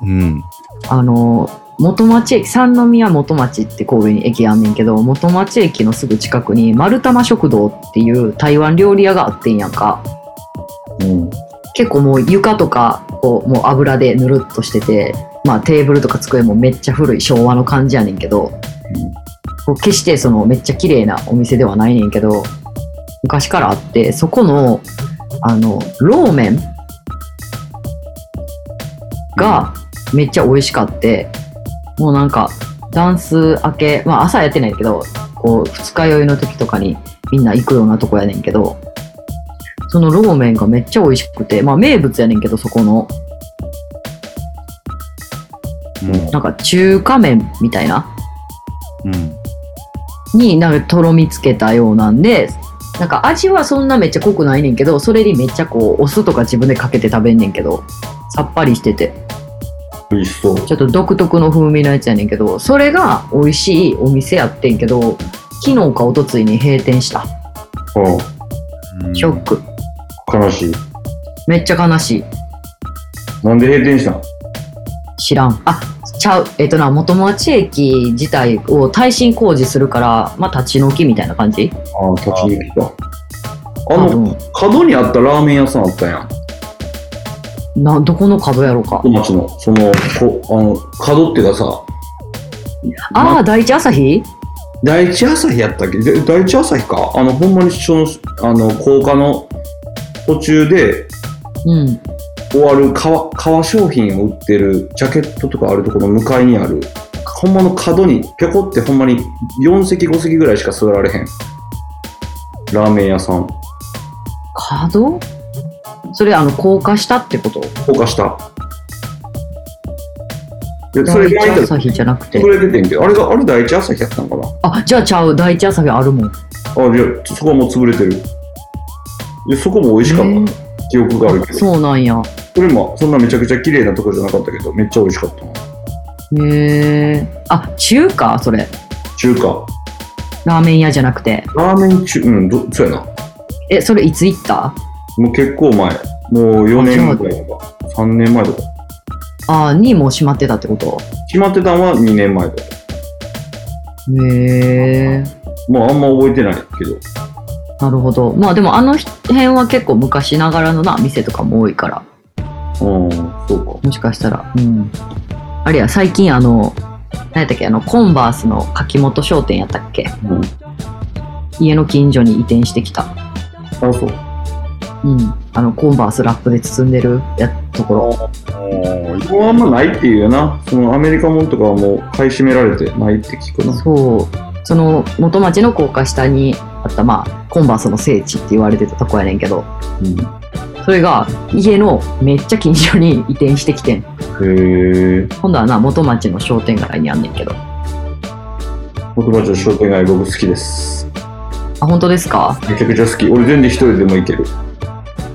Speaker 2: うん
Speaker 3: あの、元町駅、三宮元町って神戸に駅あんねんけど、元町駅のすぐ近くに丸玉食堂っていう台湾料理屋があってんやんか。
Speaker 4: うん。
Speaker 3: 結構もう床とか、こう、もう油でぬるっとしてて、まあテーブルとか机もめっちゃ古い昭和の感じやねんけど、こう決してそのめっちゃ綺麗なお店ではないねんけど昔からあってそこのあのローメンがめっちゃ美味しかってもうなんかダンス明けまあ朝やってないけどこう二日酔いの時とかにみんな行くようなとこやねんけどそのローメンがめっちゃ美味しくてまあ名物やねんけどそこの
Speaker 2: も
Speaker 3: なんか中華麺みたいな
Speaker 2: うん。
Speaker 3: になんかとろみつけたようなんでなんか味はそんなめっちゃ濃くないねんけどそれにめっちゃこうお酢とか自分でかけて食べんねんけどさっぱりしてて
Speaker 4: 美味しそう。
Speaker 3: ちょっと独特の風味のやつやねんけどそれが美味しいお店やってんけど昨日か一昨日に閉店した
Speaker 4: う
Speaker 3: ショック
Speaker 4: ん。悲しい。
Speaker 3: めっちゃ悲しい
Speaker 4: なんで閉店したん
Speaker 3: 知らんあちゃうえっとな元町駅自体を耐震工事するからまあ立ち退きみたいな感じ
Speaker 4: ああ、立ち抜きか。あ
Speaker 3: 多
Speaker 4: の、
Speaker 3: 分
Speaker 4: 角にあったラーメン屋さんあったやん。
Speaker 3: などこの株やろうか
Speaker 4: 小町の。その、こあの、角っていうかさ、
Speaker 3: ああ第一朝日
Speaker 4: 第一朝日やったっけで第一朝日かあの、ほんまにその、あの、高架の途中で
Speaker 3: うん
Speaker 4: 終わる革、革商品を売ってるジャケットとかあるところの向かいにある、ほんまの角に、ぴょこってほんまに4席5席ぐらいしか座られへん。ラーメン屋さん。
Speaker 3: 角それあの高架下ってこと
Speaker 4: 高架下。でそ
Speaker 3: 第
Speaker 4: れ
Speaker 3: 一
Speaker 4: 前に
Speaker 3: 朝日じゃなくて
Speaker 4: それ出てんけど、あれが、あれ第一朝日やったんかな
Speaker 3: あじゃあちゃう第一朝日あるもん
Speaker 4: あ、いや、そこはもう潰れてる。で、そこも美味しかっ
Speaker 3: へー
Speaker 4: た。記憶があるけど。
Speaker 3: そうなんや
Speaker 4: それも、そんなめちゃくちゃ綺麗なとこじゃなかったけど、めっちゃ美味しかったな。
Speaker 3: へえあ中華それ
Speaker 4: 中華。
Speaker 3: ラーメン屋じゃなくて
Speaker 4: ラーメン中、うん、ど、そうやな。
Speaker 3: えそれいつ行った
Speaker 4: もう結構前。もう4年ぐらいとか。3年前とか。
Speaker 3: あーにもう閉まってたってこと
Speaker 4: 決まってたのは2年前とか。
Speaker 3: へえ
Speaker 4: まあ、あんま覚えてないけど。
Speaker 3: なるほどまあでもあの辺は結構昔ながらのな店とかも多いから
Speaker 4: うん、そうか。
Speaker 3: もしかしたらうんあれや最近あの何やったっけあのコンバースの柿本商店やったっけ
Speaker 4: うん。
Speaker 3: 家の近所に移転してきた
Speaker 4: あ、そう。
Speaker 3: うん、あのコンバースラップで包んでるやところ
Speaker 2: おー
Speaker 4: もうあんまないっていうよな。そのアメリカもんとかはもう買い占められてないって聞くな。
Speaker 3: そうその元町の高架下にあったまあコンバースの聖地って言われてたとこやねんけどそれが家のめっちゃ近所に移転してきてん
Speaker 4: うん。へえ。
Speaker 3: 今度はな元町の商店街にあんねんけどあ
Speaker 4: 元町の商店街僕好きです。
Speaker 3: 本当ですか
Speaker 4: めちゃくちゃ好き。俺全然一人でも行ける。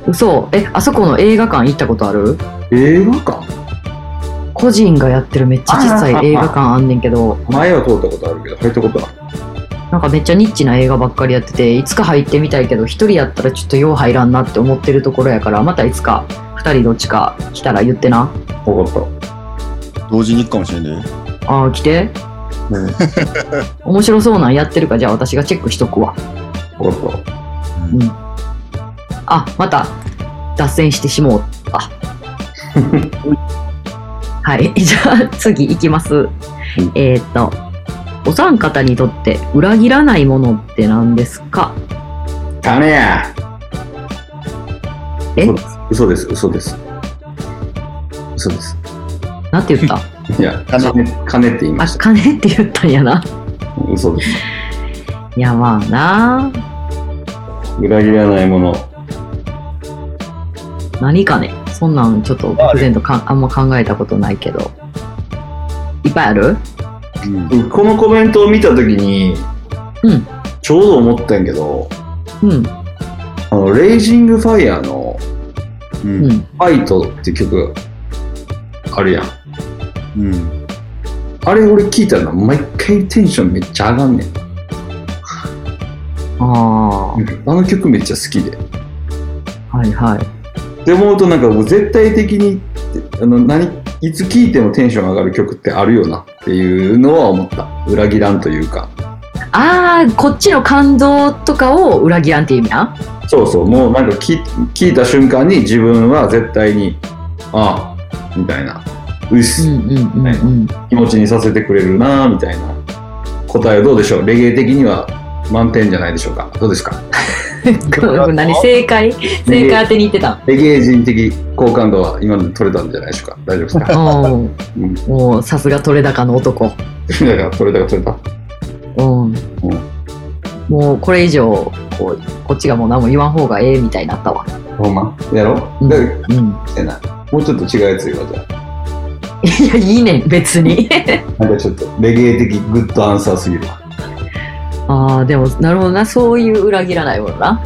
Speaker 3: 嘘えあそこの映画館行ったことある
Speaker 4: 映画館
Speaker 3: 個人がやってるめっちゃ小さい映画館あんねんけど
Speaker 4: 前は通ったことあるけど、入ったことない。
Speaker 3: なんかめっちゃニッチな映画ばっかりやってていつか入ってみたいけど一人やったらちょっとよう入らんなって思ってるところやからまたいつか二人どっちか来たら言ってな
Speaker 4: わかっ
Speaker 2: 同時に行くかもしれないで。
Speaker 3: ああ来て
Speaker 4: た。うん。わか
Speaker 3: 面白そうなんやってるかじゃあ私がチェックしとくわ
Speaker 4: った。
Speaker 3: あまた脱線してしもうた はい じゃあ次行きますえーっとお三方にとって裏切らないものって何ですか
Speaker 4: ダメや
Speaker 3: え
Speaker 4: 嘘です、嘘です。嘘です。
Speaker 3: なんて言 った
Speaker 4: いや、
Speaker 2: 金
Speaker 4: 金金って言いま
Speaker 3: あ
Speaker 4: した。
Speaker 3: 金って言ったんやな
Speaker 4: 嘘です。
Speaker 3: いやまあな
Speaker 4: 裏切らないもの。
Speaker 3: 何かねそんなんちょっと漠然とかあんま考えたことないけどいっぱいある
Speaker 2: うん。
Speaker 4: このコメントを見たときに、
Speaker 3: うん
Speaker 4: ちょうど思ったんやけど、
Speaker 3: うん
Speaker 4: あの、レイジングファイヤーの
Speaker 2: う。
Speaker 3: うんん
Speaker 4: ファイトって曲あるやん。
Speaker 2: うん。
Speaker 4: あれ俺聞いたら毎回テンションめっちゃ上がんねん。
Speaker 3: あ
Speaker 4: あの曲めっちゃ好きで。
Speaker 3: あはいはい
Speaker 4: って思うとなんかもう絶対的に、あの、何、いつ聴いてもテンション上がる曲ってあるよなっていうのは思った。裏切らんというか。
Speaker 3: ああこっちの感動とかを裏切らんって意味な
Speaker 4: そうそう、もうなんか聞聞いた瞬間に自分は絶対に、ああ、みたいな。うっす
Speaker 3: うんうんうんうん
Speaker 4: 気持ちにさせてくれるなぁみたいな答えはどうでしょうレゲエ的には満点じゃないでしょうかどうですか
Speaker 3: これ 何正解正解当てにいってた
Speaker 4: レゲエ人的好感度は今まで取れたんじゃないでしょうか大丈夫ですか
Speaker 3: お
Speaker 4: うん
Speaker 3: ーもうさすが取れ高の男
Speaker 4: だから 取れたか取れた
Speaker 3: うんもうこれ以上こうこっちがもう何も言わん方がええみたいになったわ
Speaker 4: ほんまやろ
Speaker 3: うん
Speaker 4: だから
Speaker 3: うん
Speaker 4: せやなもうちょっと違うやつ言おうじゃあ
Speaker 3: いや、いいねん、別に。
Speaker 4: なんかちょっとレゲエ的グッドアンサーすぎるわ
Speaker 3: ああ、でも、なるほどな。そういう裏切らないものな。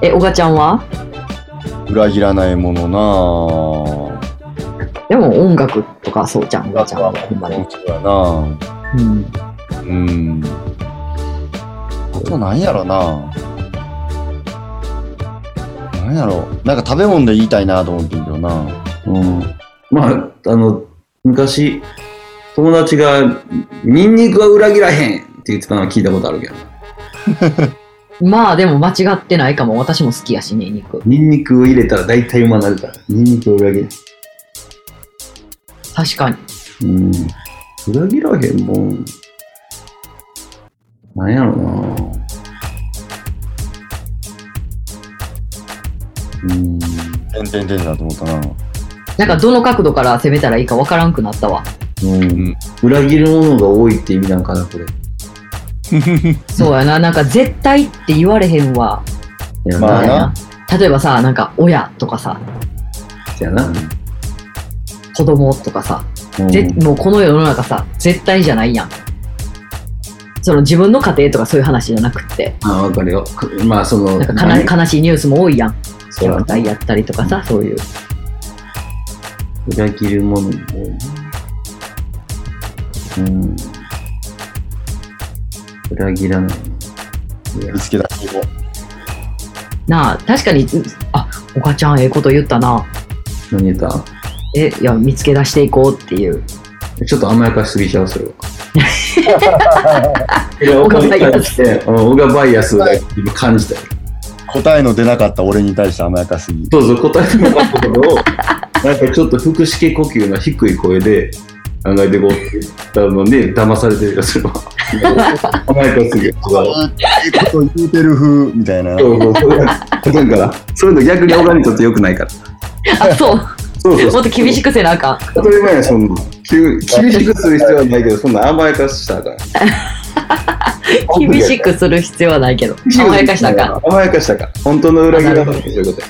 Speaker 3: え、おがちゃんは
Speaker 2: 裏切らないものなぁ。
Speaker 3: でも音楽とかそうじゃん、おがちゃんは。ほんまに。
Speaker 2: そうやな
Speaker 3: うん。
Speaker 2: うん。あとなんやろななんやろなんか食べ物で言いたいなと思ってんけどな
Speaker 4: うんまああの昔友達が「ニンニクは裏切らへん!」って言ってたのは聞いたことあるけど
Speaker 3: まあでも間違ってないかも。私も好きやし、ニンニク。
Speaker 4: ニンニクを入れたら大体馬になるからニンニクを裏切ら
Speaker 3: 確かに。
Speaker 4: へんうん裏切らへんもんなんやろなうん
Speaker 2: てんてんてんだと思ったな
Speaker 3: なんかどの角度から攻めたらいいかわからんくなったわ。
Speaker 4: うん、裏切るものが多いって意味なんかなこれ
Speaker 3: そうやな。なんか絶対って言われへんわ。
Speaker 4: いや
Speaker 2: ま
Speaker 4: な
Speaker 2: あ
Speaker 3: みたいな例えばさ、なんか親とかさ、
Speaker 4: やな、
Speaker 3: 子供とかさ、
Speaker 4: うん
Speaker 3: ぜもうこの世の中さ、絶対じゃないやん。その自分の家庭とかそういう話じゃなくって、
Speaker 4: あわかるよかまあその
Speaker 3: なんかかな悲しいニュースも多いやん。
Speaker 4: そう
Speaker 3: 虐待やったりとかさ、そういう。
Speaker 4: 裏切るものが多いなうん裏切らないいや
Speaker 2: 見つけた希望
Speaker 3: なあ、確かに、うあ、おかちゃんええこと言ったな。
Speaker 4: 何言った
Speaker 3: え、いや、見つけ出していこうっていう。
Speaker 4: ちょっと甘やかしすぎちゃ うそれはいや
Speaker 3: 僕
Speaker 4: 僕
Speaker 3: がバ
Speaker 4: がバ
Speaker 3: イ
Speaker 4: イ
Speaker 3: ア
Speaker 4: アス僕がバイアスだって今感じたよ
Speaker 2: 答えの出なかった俺に対して甘やかすぎ
Speaker 4: どうぞ答えてもらった ことをなんかちょっと腹式呼吸の低い声で考えてこうって言ったので騙されてるや つは甘やかしすぎる
Speaker 2: ええこと言うてる風みたいな
Speaker 4: そうそう、そうなんから、そういうの逆に俺にとって良くないから。
Speaker 3: あ、そう。
Speaker 4: そうそう
Speaker 3: もっと厳し
Speaker 4: く。
Speaker 3: くせなあかん。
Speaker 4: 当たり前や、そんな。急厳しくする必要はないけど、そんな甘やかしたらあから。
Speaker 3: 厳しくする必要はないけど。甘やかしたらあかん。
Speaker 4: ん。甘やかしたらあかん。本当の裏切りだとそういうことや。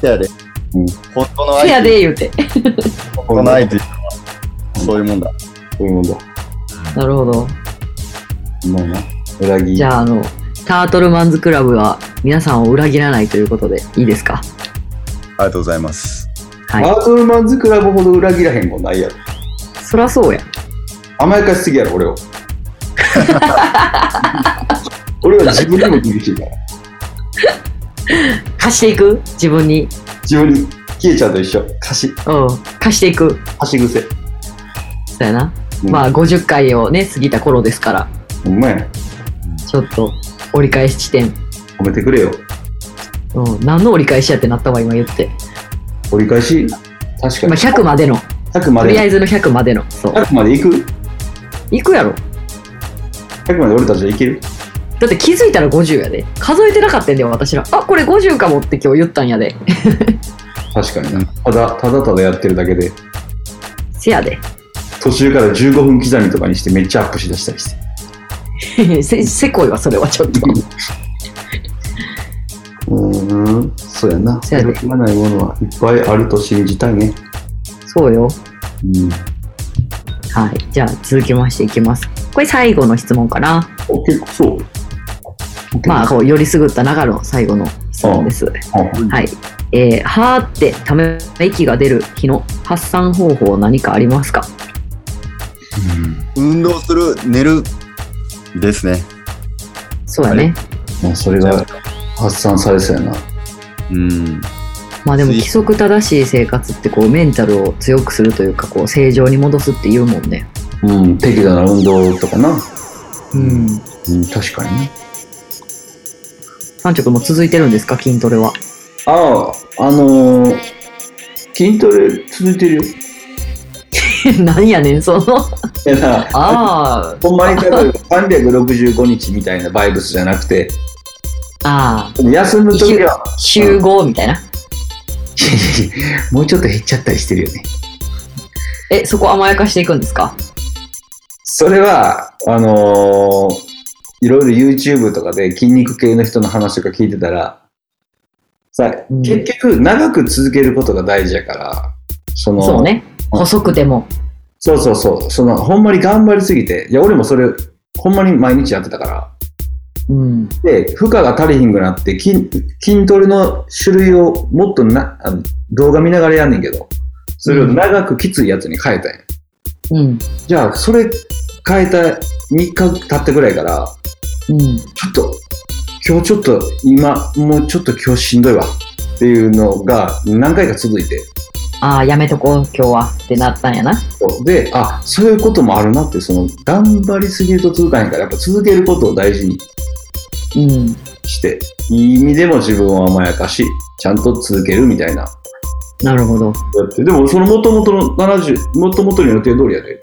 Speaker 2: せやで、
Speaker 4: うん
Speaker 2: 本当の
Speaker 3: せ
Speaker 2: 愛
Speaker 3: やで言うて。
Speaker 2: 本当の愛っていうのはそういうもんだ
Speaker 4: そういうもんだ。
Speaker 3: なるほど。
Speaker 4: まあな。裏切り。
Speaker 3: じゃあ、あの、タートルマンズクラブは皆さんを裏切らないということでいいですか
Speaker 2: ありがとうございます
Speaker 3: は
Speaker 4: ア
Speaker 3: い。
Speaker 4: ートルマンズクラブほど裏切らへんもんないやろ。
Speaker 3: そらそうや。
Speaker 4: 甘やかしすぎやろ、俺を。俺は自分にも厳しいから。
Speaker 3: 貸していく自分に。
Speaker 4: 自分に、キエちゃんと一緒。貸し、
Speaker 3: うん。貸していく。
Speaker 4: 貸し癖。
Speaker 3: そうやな。
Speaker 4: うん
Speaker 3: まあ、50回をね、過ぎた頃ですから、
Speaker 4: ほんまや。
Speaker 3: ちょっと折り返し地点。
Speaker 4: 褒めてくれよ。
Speaker 3: うん。何の折り返しやってなったわ、今言って。
Speaker 4: 折り返し確か
Speaker 3: 今、
Speaker 4: に。
Speaker 3: 100までの。
Speaker 4: 100ま
Speaker 3: とりあ
Speaker 4: で。
Speaker 3: えずの100までの。そう。
Speaker 4: 100まで行く
Speaker 3: いくやろ。
Speaker 4: ?100 まで俺たちは行ける
Speaker 3: だって気づいたら50やで。数えてなかったんだよ、私ら。あ、これ50かもって今日言ったんやで。
Speaker 4: 確かにな。ただ、ただただやってるだけで、
Speaker 3: せやで。
Speaker 4: 途中から15分刻みとかにしてめっちゃアップしだしたりして。
Speaker 3: せ、せこいわ、それはちょっと。
Speaker 4: うーん、そうやな。
Speaker 3: そうやで
Speaker 4: 裏切らないものはいっぱいあると信じたいね。
Speaker 3: そうよ。
Speaker 4: うん。
Speaker 3: はい。じゃあ、続きましていきます。これ最後の質問かな。
Speaker 4: お結構そう。
Speaker 3: まあ、こう、よりすぐった中の最後の質問です。
Speaker 4: あ、うん
Speaker 3: はい。えー、はーってため息が出る日の発散方法何かありますか
Speaker 2: 運動する寝るですね
Speaker 3: そうやね。
Speaker 4: まあ、それが発散されそうやな。
Speaker 2: うん
Speaker 3: まあでも規則正しい生活ってこうメンタルを強くするというかこう正常に戻すって言うもんね。
Speaker 4: うん、適度な運動とかな。
Speaker 3: うん。
Speaker 4: うん、確かにね。
Speaker 3: 三直も続いてるんですか筋トレは。
Speaker 4: ああ、あのー、筋トレ続いてるよ。
Speaker 3: なんやねん、その。
Speaker 4: いやな、
Speaker 3: あ
Speaker 4: ほんまに例えば365日みたいなバイブスじゃなくて、
Speaker 3: あ。ああ。
Speaker 4: 休む時は、
Speaker 3: 週5みたいな。
Speaker 4: もうちょっと減っちゃったりしてるよね。
Speaker 3: え、そこ甘やかしていくんですか
Speaker 4: それは、あのーいろいろ YouTube とかで筋肉系の人の話とか聞いてたら、さ
Speaker 3: うん
Speaker 4: 結局長く続けることが大事やから、その、
Speaker 3: そうね。細くても。
Speaker 4: そうそうそう。その、ほんまに頑張りすぎて、いや、俺もそれ、ほんまに毎日やってたから。
Speaker 3: うん。
Speaker 4: で、負荷が足りひんくなって、筋、筋トレの種類をもっとな、あの動画見ながらやんねんけど、それを長くきついやつに変えたんや。
Speaker 3: うん。
Speaker 4: じゃあ、それ変えた3日経ってぐらいから、
Speaker 3: うん。
Speaker 4: ちょっと、今日ちょっと、今、もうちょっと今日しんどいわっていうのが何回か続いて、
Speaker 3: ああ、やめとこう、今日は。ってなったんやな。
Speaker 4: で、あ、そういうこともあるなって、その、頑張りすぎると続かへんから、やっぱ続けることを大事に
Speaker 3: うん。
Speaker 4: して、いい意味でも自分を甘やかし、ちゃんと続けるみたいな。だ
Speaker 3: なるほど。
Speaker 4: って、でもその元々の70、元々の予定通りやで。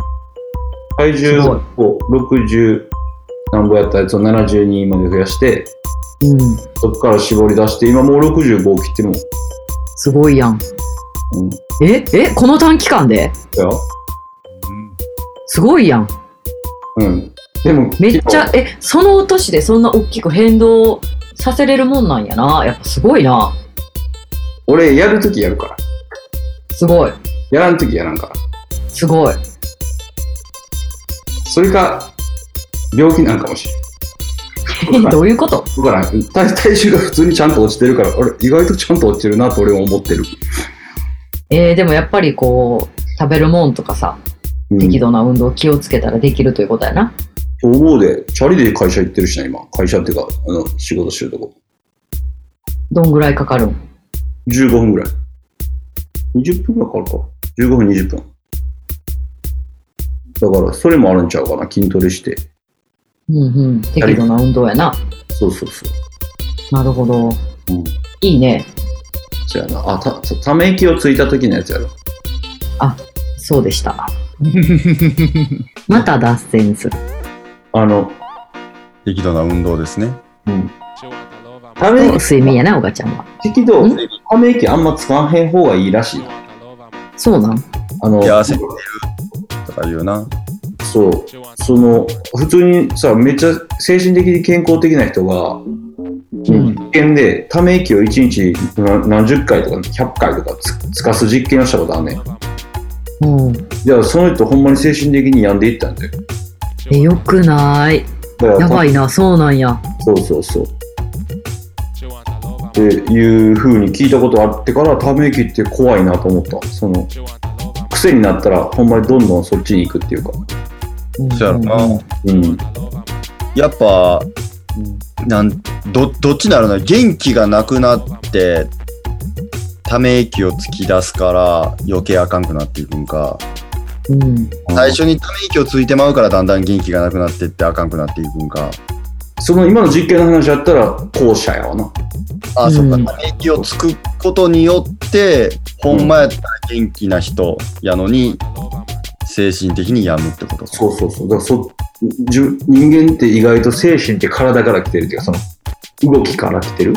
Speaker 4: 体重
Speaker 3: すごい
Speaker 4: を60、なんぼやったやつを72まで増やして、
Speaker 3: うん。
Speaker 4: そこから絞り出して、今もう65切ってるもん。
Speaker 3: すごいやん。
Speaker 4: うん。
Speaker 3: ええこの短期間で
Speaker 4: だよ。
Speaker 3: すごいやん。
Speaker 4: うん。でも、
Speaker 3: めっちゃ、え、その年でそんな大きく変動させれるもんなんやな。やっぱすごいな。
Speaker 4: 俺、やるときやるから。
Speaker 3: すごい。
Speaker 4: やらんときやらんから。
Speaker 3: すごい。
Speaker 4: それか、病気なんかもしれん。
Speaker 3: え、 どういうこと
Speaker 4: 僕ら、体体重が普通にちゃんと落ちてるから、俺、意外とちゃんと落ちてるなと俺は思ってる。
Speaker 3: えー、でもやっぱりこう、食べるもんとかさ、
Speaker 4: うん
Speaker 3: 適度な運動気をつけたらできるということやな。
Speaker 4: と思うで、チャリで会社行ってるしな、今。会社っていうか、あの、仕事してるとこ。
Speaker 3: どんぐらいかかるん
Speaker 4: 15分ぐらい。20分ぐらいかかるか。15分、20分。だから、それもあるんちゃうかな。筋トレして。
Speaker 3: うんうん。適度な運動やな。
Speaker 4: そうそうそ
Speaker 3: なるほど。
Speaker 4: う。うん。
Speaker 3: いいね。
Speaker 4: そうやな。あ、た、たため息をついた時のやつやろ。
Speaker 3: そうでした。また脱線する。
Speaker 4: あの、
Speaker 2: 適度な運動ですね。
Speaker 4: うん。た
Speaker 5: た
Speaker 4: め
Speaker 5: め
Speaker 4: 息、
Speaker 3: 睡眠やな、おがちゃんは。
Speaker 4: 適度
Speaker 3: ん、
Speaker 4: ため息あんま使わへん方がいいらしいな。
Speaker 3: そうなん
Speaker 4: あの、
Speaker 2: いや汗とか言うな。
Speaker 4: そう。その、普通にさ、めっちゃ精神的に健康的な人が、
Speaker 3: うん。
Speaker 4: 実験で、ため息を1日な何十回とか100回とかつつかす実験をしたことあんねん。
Speaker 3: うん。
Speaker 4: じゃあ、その人ほんまに精神的に病んでいったんだよ。
Speaker 3: え、よくない。
Speaker 4: だから
Speaker 3: やばいな、そうなんや。
Speaker 4: そうそうそう。っていう風に聞いたことあってから、ため息って怖いなと思った。その、癖になったら、ほんまにどんどんそっちに行くっていうか。
Speaker 3: うん
Speaker 2: そうやろな。
Speaker 4: うん。
Speaker 2: やっぱ、なんどどっちなるの元気がなくなってため息をつき出すから余計あかんくなっていくんか
Speaker 3: うん。
Speaker 2: 最初にため息をついてまうからだんだん元気がなくなってってあかんくなっていくんか
Speaker 4: その今の実験の話だったら、後者やわな。
Speaker 2: あ、
Speaker 3: うん
Speaker 2: そっかため息をつくことによってほんまやったら元気な人やのに精神的に病むってことか
Speaker 4: そうそうそう。だからそじゅ人間って意外と精神って体から来てるっていうか、その、動きから来てる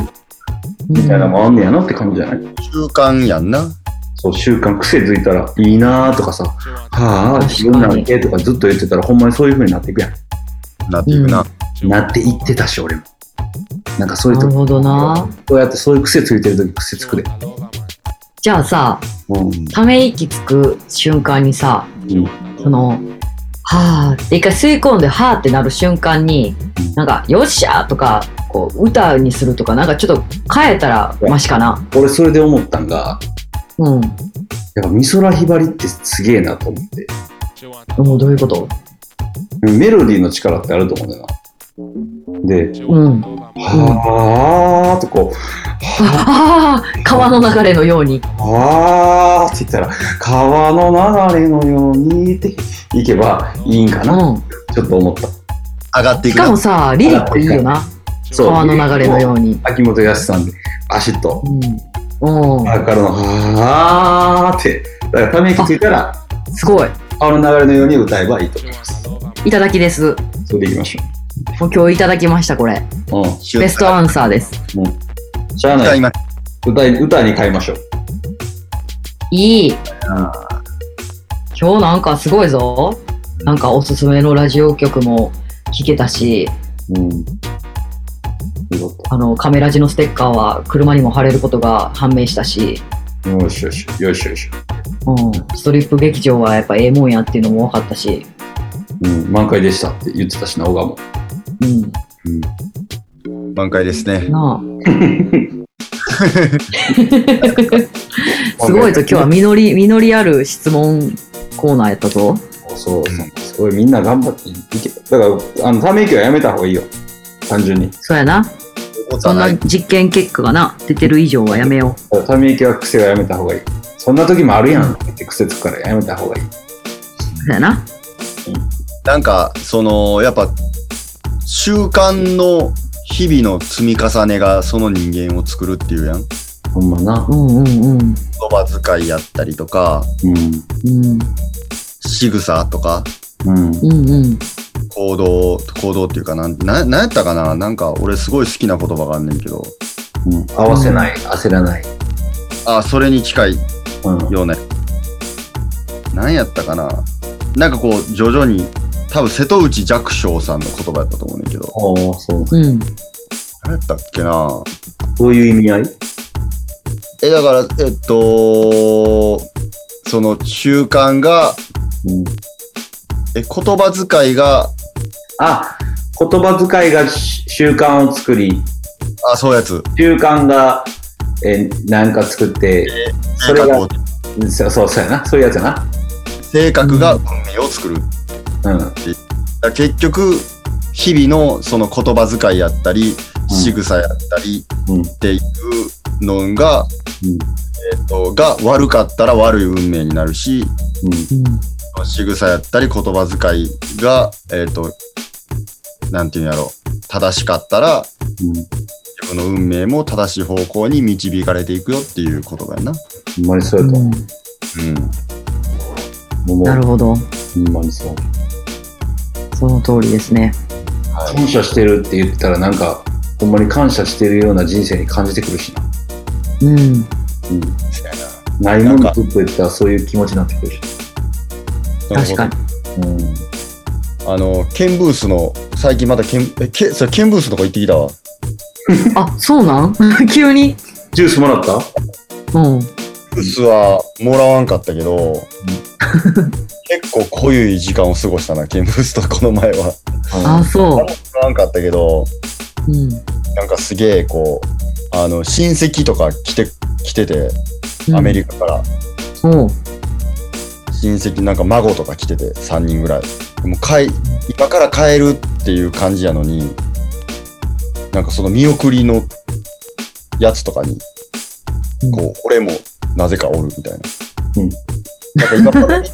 Speaker 4: みたいなのもあんねやなって感じじゃない、
Speaker 2: 習慣やんな
Speaker 4: そう、習慣、癖づいたらいいなーとかさ、は
Speaker 3: 確か
Speaker 4: あ、
Speaker 3: に
Speaker 4: 自分なんけとかずっと言ってたら、ほんまにそういう風になっていくや
Speaker 2: なっていくな、
Speaker 3: う
Speaker 4: ん。なっていってたし、俺も。なんかそういう
Speaker 3: なる
Speaker 4: 時、
Speaker 3: ほどな。
Speaker 4: こうやってそういう癖ついてる時、癖つくで。
Speaker 3: じゃあさ、
Speaker 4: うん。
Speaker 3: ため息つく瞬間にさ、その、はーって一回吸い込んで、はーってなる瞬間に、なんか、よっしゃーとか、こう、歌にするとか、なんかちょっと変えたらマシかな。
Speaker 4: 俺、それで思ったんが、
Speaker 3: うん。
Speaker 4: やっぱ美空ひばりってすげえなと思って。
Speaker 3: もうどういうこと
Speaker 4: メロディーの力ってあると思うんだよな。で、
Speaker 3: うん。
Speaker 4: はあーってこう、
Speaker 3: ああ、川の流れのように。
Speaker 4: あーって言ったら、川の流れのようにって行けばいいんか
Speaker 3: う
Speaker 4: な、
Speaker 3: ん。
Speaker 4: ちょっと思った。
Speaker 2: 上がってい
Speaker 3: し
Speaker 2: く
Speaker 3: か
Speaker 2: な
Speaker 3: もさ、リリックいいよな。
Speaker 4: そう
Speaker 3: 川の流れのように。
Speaker 4: 秋元康さんで、足と、
Speaker 3: うん。うん。
Speaker 4: あからの、はあーって、だからため息ついたら、
Speaker 3: すごい。
Speaker 4: 川の流れのように歌えばいいと。
Speaker 3: いただきです。
Speaker 4: それでいきまし
Speaker 3: もう今日いただきました、これ。
Speaker 4: ょう。
Speaker 2: 習
Speaker 3: ベスト
Speaker 2: 慣
Speaker 3: アンサーです。
Speaker 4: うん。しゃあ
Speaker 2: が
Speaker 4: ない。
Speaker 2: 今
Speaker 4: 歌い、歌に変えましょう。
Speaker 3: いい。今日なんかすごいぞ。なんかおすすめのラジオ曲も聴けたし、
Speaker 4: うん。よかっ
Speaker 3: あの、カメラジのステッカーは車にも貼れることが判明したし、
Speaker 4: たよしよし、よしよし。
Speaker 3: ううん、ストリップ劇場はやっぱええもんやっていうのも分かったし、
Speaker 4: うん、満開でしたって言ってたしな、小川も。
Speaker 3: うん、
Speaker 2: うん満開ですね。
Speaker 3: なあすごいぞ今日は実り実りある質問コーナーやったぞ
Speaker 4: そうそう。すごい、みんな頑張っていけ。だから、あの、ため息はやめた方がいいよ。単純に。
Speaker 3: そうやなそんな実験結果がな出てる以上はやめよ
Speaker 4: ため息は癖はやめた方がいい。そんな時もあるやんって癖つくからやめた方がいい。
Speaker 3: うそうやな
Speaker 2: なんか、その、やっぱ、習慣の日々の積み重ねがその人間を作るっていうやん。言
Speaker 4: ほんまな。
Speaker 3: うんうんうん
Speaker 2: 葉遣いやったりとか、
Speaker 4: う
Speaker 3: うん
Speaker 2: 仕草とか、
Speaker 4: ん。うん。
Speaker 3: うんうん
Speaker 2: 行動、行動っていうかなん、な、なんやったかななんか、俺すごい好きな言葉があんねんけど、
Speaker 4: うん、合わせない、焦らない。
Speaker 2: あ、それに近い
Speaker 4: うん。
Speaker 2: よね。なんやったかななんかこう、徐々に、多分瀬戸内寂聴さんの言葉やったと思うねんだけど、
Speaker 4: ああ、そう。
Speaker 3: うん
Speaker 2: 何やったっけな
Speaker 4: どういう意味合い
Speaker 2: え、だから、えっと、その習慣が、
Speaker 4: うん。
Speaker 2: え、言葉遣いが、
Speaker 4: あ、言葉遣いがし習慣を作り、
Speaker 2: あ、そうやつ。
Speaker 4: 習慣が、えー、なんか作って、それが、そうそうそうやな、そういうやつやな。
Speaker 2: 性格が運命を作る。だか
Speaker 4: うん。
Speaker 2: ら結局、日々のその言葉遣いやったり、
Speaker 4: うん
Speaker 2: 仕草やったり
Speaker 4: うん。
Speaker 2: っていうのが、
Speaker 4: うん
Speaker 2: えっと、が悪かったら悪い運命になるし、
Speaker 4: うん。
Speaker 3: うん
Speaker 2: 仕草やったり言葉遣いが、えっと、なんていうんやろう、正しかったら、
Speaker 4: うん。
Speaker 2: 自分の運命も正しい方向に導かれていくよっていう言葉やな。
Speaker 4: ほんまにそうやと思
Speaker 2: う
Speaker 4: う。もう
Speaker 3: なるほど
Speaker 4: ほんまにそう。
Speaker 3: その通りですね
Speaker 4: 感謝してるって言ったら、なんか、ほんまに感謝してるような人生に感じてくるしな。
Speaker 3: うん
Speaker 4: うん。
Speaker 2: ん。そうやな。
Speaker 4: ないものずっと言ったら、そういう気持ちになってくるし。
Speaker 3: 確かに
Speaker 4: うん。
Speaker 2: あの、ケンブースの、最近またケン、え、ケそれケンブースのとこ行ってきたわ。
Speaker 3: あそうなん 急に
Speaker 4: ジュースもらった
Speaker 3: うん
Speaker 2: ケンブースはもらわんかったけど、結構濃ゆい時間を過ごしたな、ケンブースとこの前は。
Speaker 3: あそ
Speaker 2: もらわんかったけど、
Speaker 3: ううん
Speaker 2: なんかすげえこう、あの、親戚とか来て、来てて、
Speaker 3: うん
Speaker 2: アメリカから。
Speaker 3: おう
Speaker 2: 親戚なんか孫とか来てて3人ぐらいもう帰今から帰るっていう感じやのになんかその見送りのやつとかに
Speaker 3: うん
Speaker 2: こう、俺もなぜかおるみたいな、
Speaker 4: うん
Speaker 2: なんか今から フ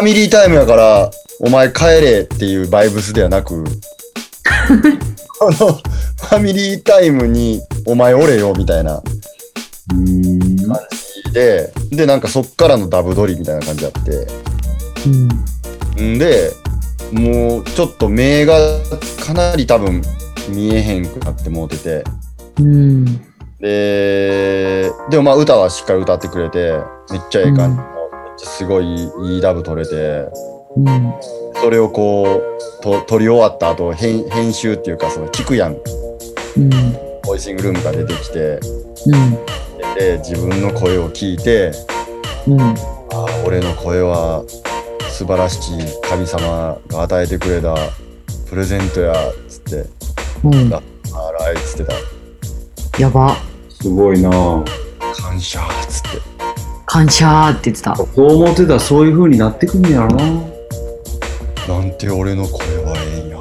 Speaker 2: ァミリータイムやからお前帰れっていうバイブスではなくこのファミリータイムにお前おれよみたいな
Speaker 4: うん。
Speaker 2: ででなんかそっからのダブドリみたいな感じやって
Speaker 3: うん
Speaker 2: んでもうちょっと目がかなり多分見えへんくなってもうてて
Speaker 3: うん
Speaker 2: ででもまあ歌はしっかり歌ってくれてめっちゃええ感じの、めっちゃすごいいいダブ取れて
Speaker 3: うん
Speaker 2: それをこうと撮り終わった後編編集っていうかその聞くやん
Speaker 3: うん
Speaker 2: ボイシングルームが出てきて
Speaker 3: うん
Speaker 2: で自分の声を聞いて
Speaker 3: うん
Speaker 2: ああ俺の声は素晴らしき神様が与えてくれたプレゼントやつって
Speaker 3: うん
Speaker 2: あらいっつってた。
Speaker 3: やば
Speaker 4: すごいなぁ。
Speaker 2: 感謝っつって。
Speaker 3: 感謝って言ってた
Speaker 4: そう思ってたらそういう風になってくんねやろな。
Speaker 2: なんて俺の声はええんや。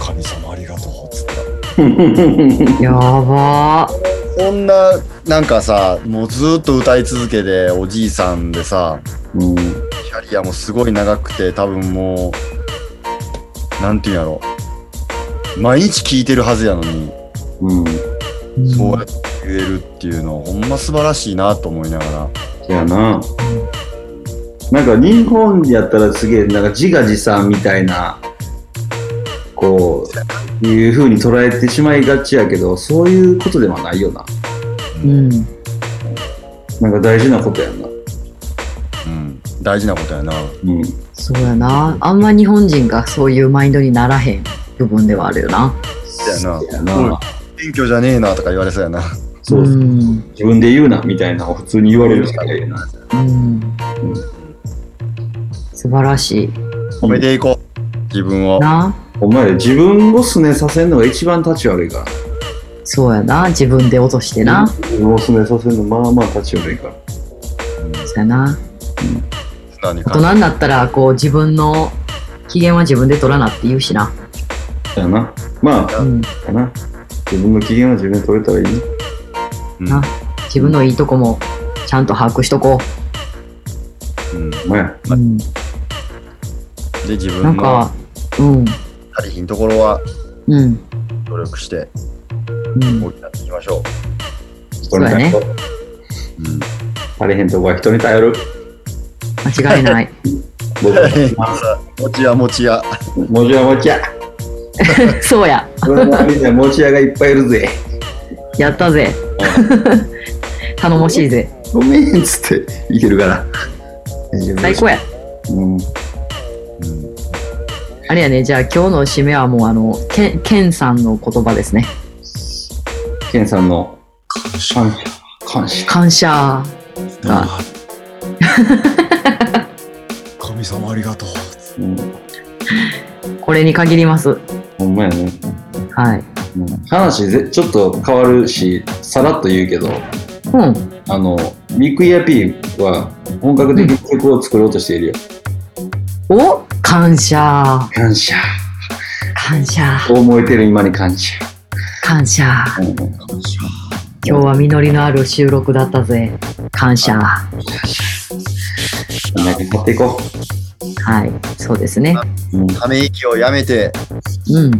Speaker 2: 神様ありがとうっつって
Speaker 3: やば
Speaker 2: た。そんな、なんかさ、もうずっと歌い続けて、おじいさんでさ、
Speaker 4: うん。
Speaker 2: キャリアもすごい長くて、多分もう、なんていうんやろ。毎日聴いてるはずやのに、
Speaker 4: うん。
Speaker 3: ー
Speaker 2: そうやって言えるっていうのは、ほんま素晴らしいなと思いながら。
Speaker 4: そやな。なんか日本やったらすげえ、なんか自画自賛みたいな、こう、いう風に捉えてしまいがちやけど、そういうことではないよな。
Speaker 3: うん
Speaker 4: なんか大事なことやんな。
Speaker 2: うん。大事なことやな。
Speaker 4: うん。
Speaker 3: そうやなあんま日本人がそういうマインドにならへん部分ではあるよな
Speaker 4: そ
Speaker 2: やな
Speaker 4: そや
Speaker 2: うん
Speaker 4: な。
Speaker 2: 謙虚じゃねえなとか言われそうやな。
Speaker 4: そう、
Speaker 3: ん
Speaker 4: 自分で言うな、みたいなのを普通に言われるしかないよな。
Speaker 3: うん素晴らしい
Speaker 2: 褒めていこう。自分を。
Speaker 3: な
Speaker 4: お前自分をすねさせるのが一番立ち悪いから
Speaker 3: そうやな自分で落としてな、
Speaker 4: 自分をすねさせるのまあまあ立ち悪いから
Speaker 3: そうやな
Speaker 2: 何
Speaker 3: 大人になったらこう自分の機嫌は自分で取らなって言うしな、
Speaker 4: だよなまあ
Speaker 3: うん、
Speaker 4: かな自分の機嫌は自分で取れたらいいね
Speaker 2: うん
Speaker 3: な自分のいいとこもちゃんと把握しとこ
Speaker 2: うんで、
Speaker 4: お前
Speaker 3: う、うん、
Speaker 2: 自
Speaker 3: な
Speaker 2: 分
Speaker 3: ん
Speaker 2: の
Speaker 3: かうん
Speaker 2: 足りひんところは
Speaker 3: うん
Speaker 2: 努力して
Speaker 3: うん
Speaker 2: 補っていきま しょ
Speaker 4: 人に頼る
Speaker 2: う。うん。
Speaker 4: 足りへんとこは人に頼る
Speaker 3: 間違い ない
Speaker 4: 僕
Speaker 2: 持ちや持ちや。
Speaker 4: もちやもちや
Speaker 3: そうや
Speaker 4: この周りにはもちやがいっぱいいるぜ
Speaker 3: やったぜ頼もしいぜ
Speaker 4: ごめんっつっていけるから
Speaker 3: 最高や
Speaker 4: うん
Speaker 2: うん
Speaker 3: あれやねじゃあ今日の締めはもうあのけケンさんの言葉ですね
Speaker 4: ケンさんの感謝感謝
Speaker 3: 感謝が
Speaker 5: ああ神様ありがとう。
Speaker 4: うん
Speaker 3: これに限ります
Speaker 4: ほんまやね
Speaker 3: はい
Speaker 4: うん話ぜちょっと変わるしさらっと言うけど
Speaker 3: うん
Speaker 4: あのビッグイヤーピーは本格的に曲を作ろうとしているよ、
Speaker 3: お感謝
Speaker 4: 感謝
Speaker 3: 感謝
Speaker 4: こう思えてる今に感謝、
Speaker 3: 感謝
Speaker 4: うん
Speaker 3: 今日は実りのある収録だったぜ感謝
Speaker 4: みんなで買っていこ
Speaker 3: はいそうですね
Speaker 4: う、うん
Speaker 2: ため息をやめて
Speaker 3: うん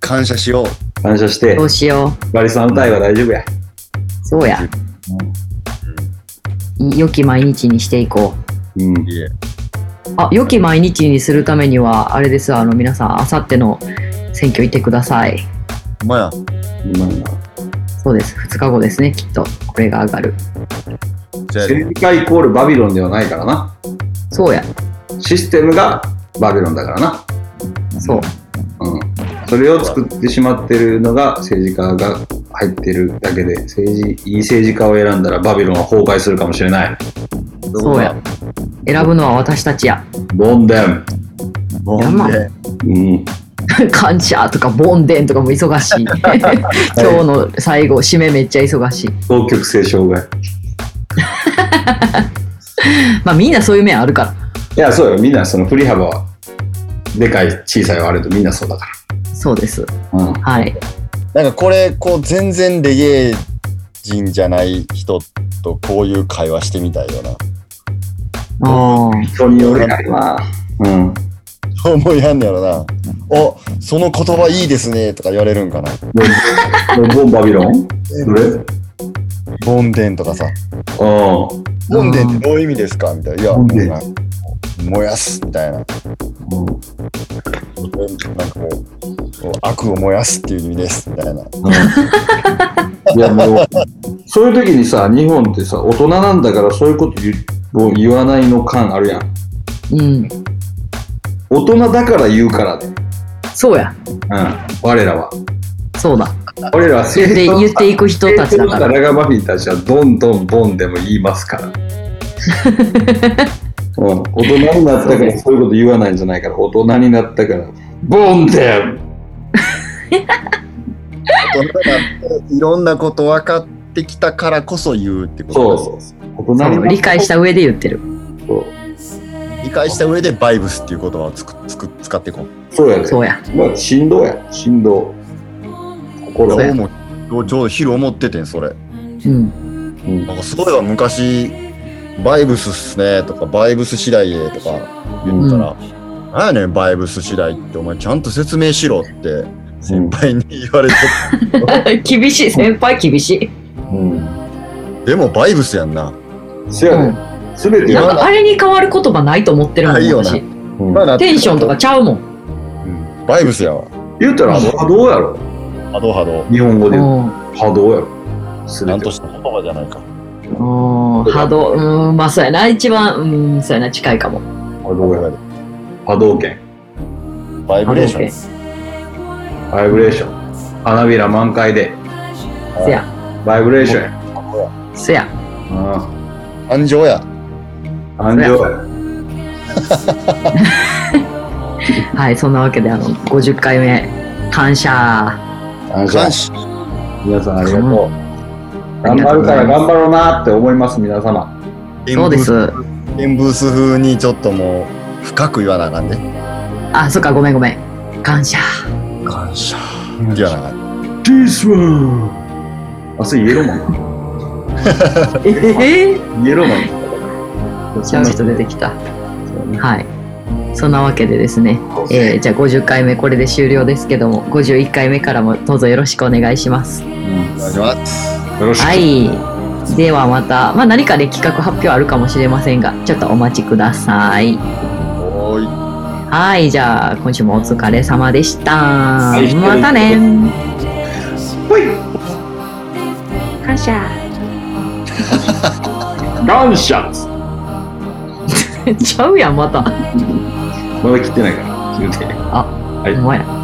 Speaker 2: 感謝しよう。
Speaker 4: 感謝して
Speaker 3: どうしよ
Speaker 4: バリさん歌いは大丈夫や、
Speaker 3: うそうや良き毎日にしていこう
Speaker 4: うん
Speaker 2: いえ。
Speaker 3: あ良き毎日にするためにはあれですあの皆さんあさっての選挙行ってください
Speaker 2: ほんまや。
Speaker 4: 今の
Speaker 3: そうです2日後ですねきっとこれが上がる
Speaker 2: じゃあね
Speaker 4: 政治家イコールバビロンではないからな
Speaker 3: そうや
Speaker 4: システムがバビロンだからな、
Speaker 3: そう
Speaker 4: うん、それを作ってしまってるのが政治家が入ってるだけで政治いい政治家を選んだらバビロンは崩壊するかもしれない
Speaker 3: そうや選ぶのは私たちや
Speaker 4: ボンデン
Speaker 2: ボ
Speaker 3: やま
Speaker 2: ンで。
Speaker 4: うん
Speaker 3: 感謝とかボンデンとかも忙 しい今日の最後締めめっちゃ忙しい
Speaker 4: 双極性障害
Speaker 3: まあみんなそういう面あるから
Speaker 4: いやそうよみんなその振り幅はでかい小さいはあるとみんなそうだか
Speaker 3: そうです。
Speaker 4: らうん
Speaker 3: はい。
Speaker 2: なんかこれ、こう全然レゲエ人じゃない人とこういう会話してみたいよな。
Speaker 3: あ
Speaker 4: 人によるやりはうん
Speaker 2: そう思いやんねやろな。おその言葉いいですねとか言われるんかな。
Speaker 4: ボンボンバビロンどれ
Speaker 2: ボンデンとかさ。
Speaker 4: あ
Speaker 2: ボンデンってどういう意味ですかみたいな。いや、
Speaker 4: ボンデン
Speaker 2: なんか燃やすみたいな。なんかこう、こう悪を燃やすっていう意味ですみたいな。
Speaker 4: あいやもうそういう時にさ日本ってさ大人なんだからそういうこと言うを言わないの感あるやん
Speaker 3: あ。うん。
Speaker 4: 大人だから言うからね
Speaker 3: そうや。
Speaker 4: うん我らは
Speaker 3: そうだ。
Speaker 4: 我らは
Speaker 3: で、
Speaker 4: 成長
Speaker 3: 言っていく人たちだ
Speaker 4: 成
Speaker 3: か
Speaker 4: 長
Speaker 3: ら。
Speaker 4: ラガマフィンたちはどんどんボンでも言います から。うん、大人になったからそういうこと言わないんじゃないから大人になったからボンで
Speaker 2: 大人になっていろんなこと分かってきたからこそ言うってことです。
Speaker 4: そうそう大
Speaker 3: そ
Speaker 4: 人
Speaker 3: う
Speaker 4: に
Speaker 3: 理
Speaker 4: なっ
Speaker 3: 解した上で言ってる。
Speaker 2: 理解した上でバイブスっていう言葉をつくつく使っていこう。
Speaker 4: そうやで、
Speaker 3: そうや。
Speaker 4: まあ、振動や振動心
Speaker 2: 俺
Speaker 4: う
Speaker 2: も今日ちょうど昼思っててんそれ。
Speaker 3: うん。
Speaker 4: ん
Speaker 2: なんかそういえば昔バイブスっすねとかバイブス次第へとか言ったら、なんやねんバイブス次第ってお前ちゃんと説明しろって先輩に言われて、
Speaker 3: 厳しい。先輩厳しい。
Speaker 4: うん
Speaker 2: でもバイブスやんな
Speaker 4: せやで、全て
Speaker 3: なん
Speaker 4: が
Speaker 3: かあれに変わる言葉ないと思ってるもん
Speaker 2: ないよな
Speaker 3: 私
Speaker 4: うん
Speaker 2: 今なって
Speaker 3: テンションとかちゃうもん。
Speaker 2: うんバイブスやわ
Speaker 4: 言うたら波動やろ
Speaker 2: 波動波動
Speaker 4: 日本語で言う
Speaker 3: うん。
Speaker 4: 波動やろ全
Speaker 2: ちゃん
Speaker 4: て
Speaker 2: とした言葉じゃないか
Speaker 3: うん波動、うん、まあそうやな。一番、うん、そうやな。近いかも。
Speaker 4: 波動や波動圏
Speaker 2: バイブレーション
Speaker 4: バイブレーション花びら満開で
Speaker 3: せや。
Speaker 4: バイブレーションや
Speaker 3: せや。
Speaker 4: うん
Speaker 2: 感情や。
Speaker 4: 安城や。
Speaker 3: はい、そんなわけで、あの、50回目、感謝。
Speaker 4: 安城
Speaker 2: 感謝。
Speaker 4: 皆さんありがとう。
Speaker 3: あ
Speaker 4: 頑
Speaker 3: りがとう
Speaker 4: 張る
Speaker 3: ご
Speaker 4: か
Speaker 3: ざい
Speaker 4: ら
Speaker 3: ます
Speaker 4: 頑張ろうなって思います、皆様。
Speaker 3: そうです。
Speaker 2: エンブース風にちょっともう深く言わなあかんね。
Speaker 3: あ、そっか、ごめんごめん。感謝。
Speaker 2: 感謝。言わなあかん。
Speaker 4: This one! あ、それイエローマン
Speaker 3: ええ
Speaker 4: イエローマン
Speaker 3: ちゃう人出てきた。
Speaker 4: ね
Speaker 3: はい。そんなわけでですね、えーじゃあ50回目これで終了ですけども、51回目からもどうぞよろしくお願いします。
Speaker 2: お願いします。
Speaker 4: よろしく。
Speaker 3: はい。ではまた、まあ何かで企画発表あるかもしれませんが、ちょっとお待ちください。
Speaker 2: おーい。
Speaker 3: はい、じゃあ今週もお疲れ様でした。
Speaker 4: い
Speaker 3: またね。
Speaker 1: 感謝。
Speaker 4: 感謝
Speaker 3: ちゃうやん、また。
Speaker 4: まだ切ってないから、切るで。
Speaker 3: お前ら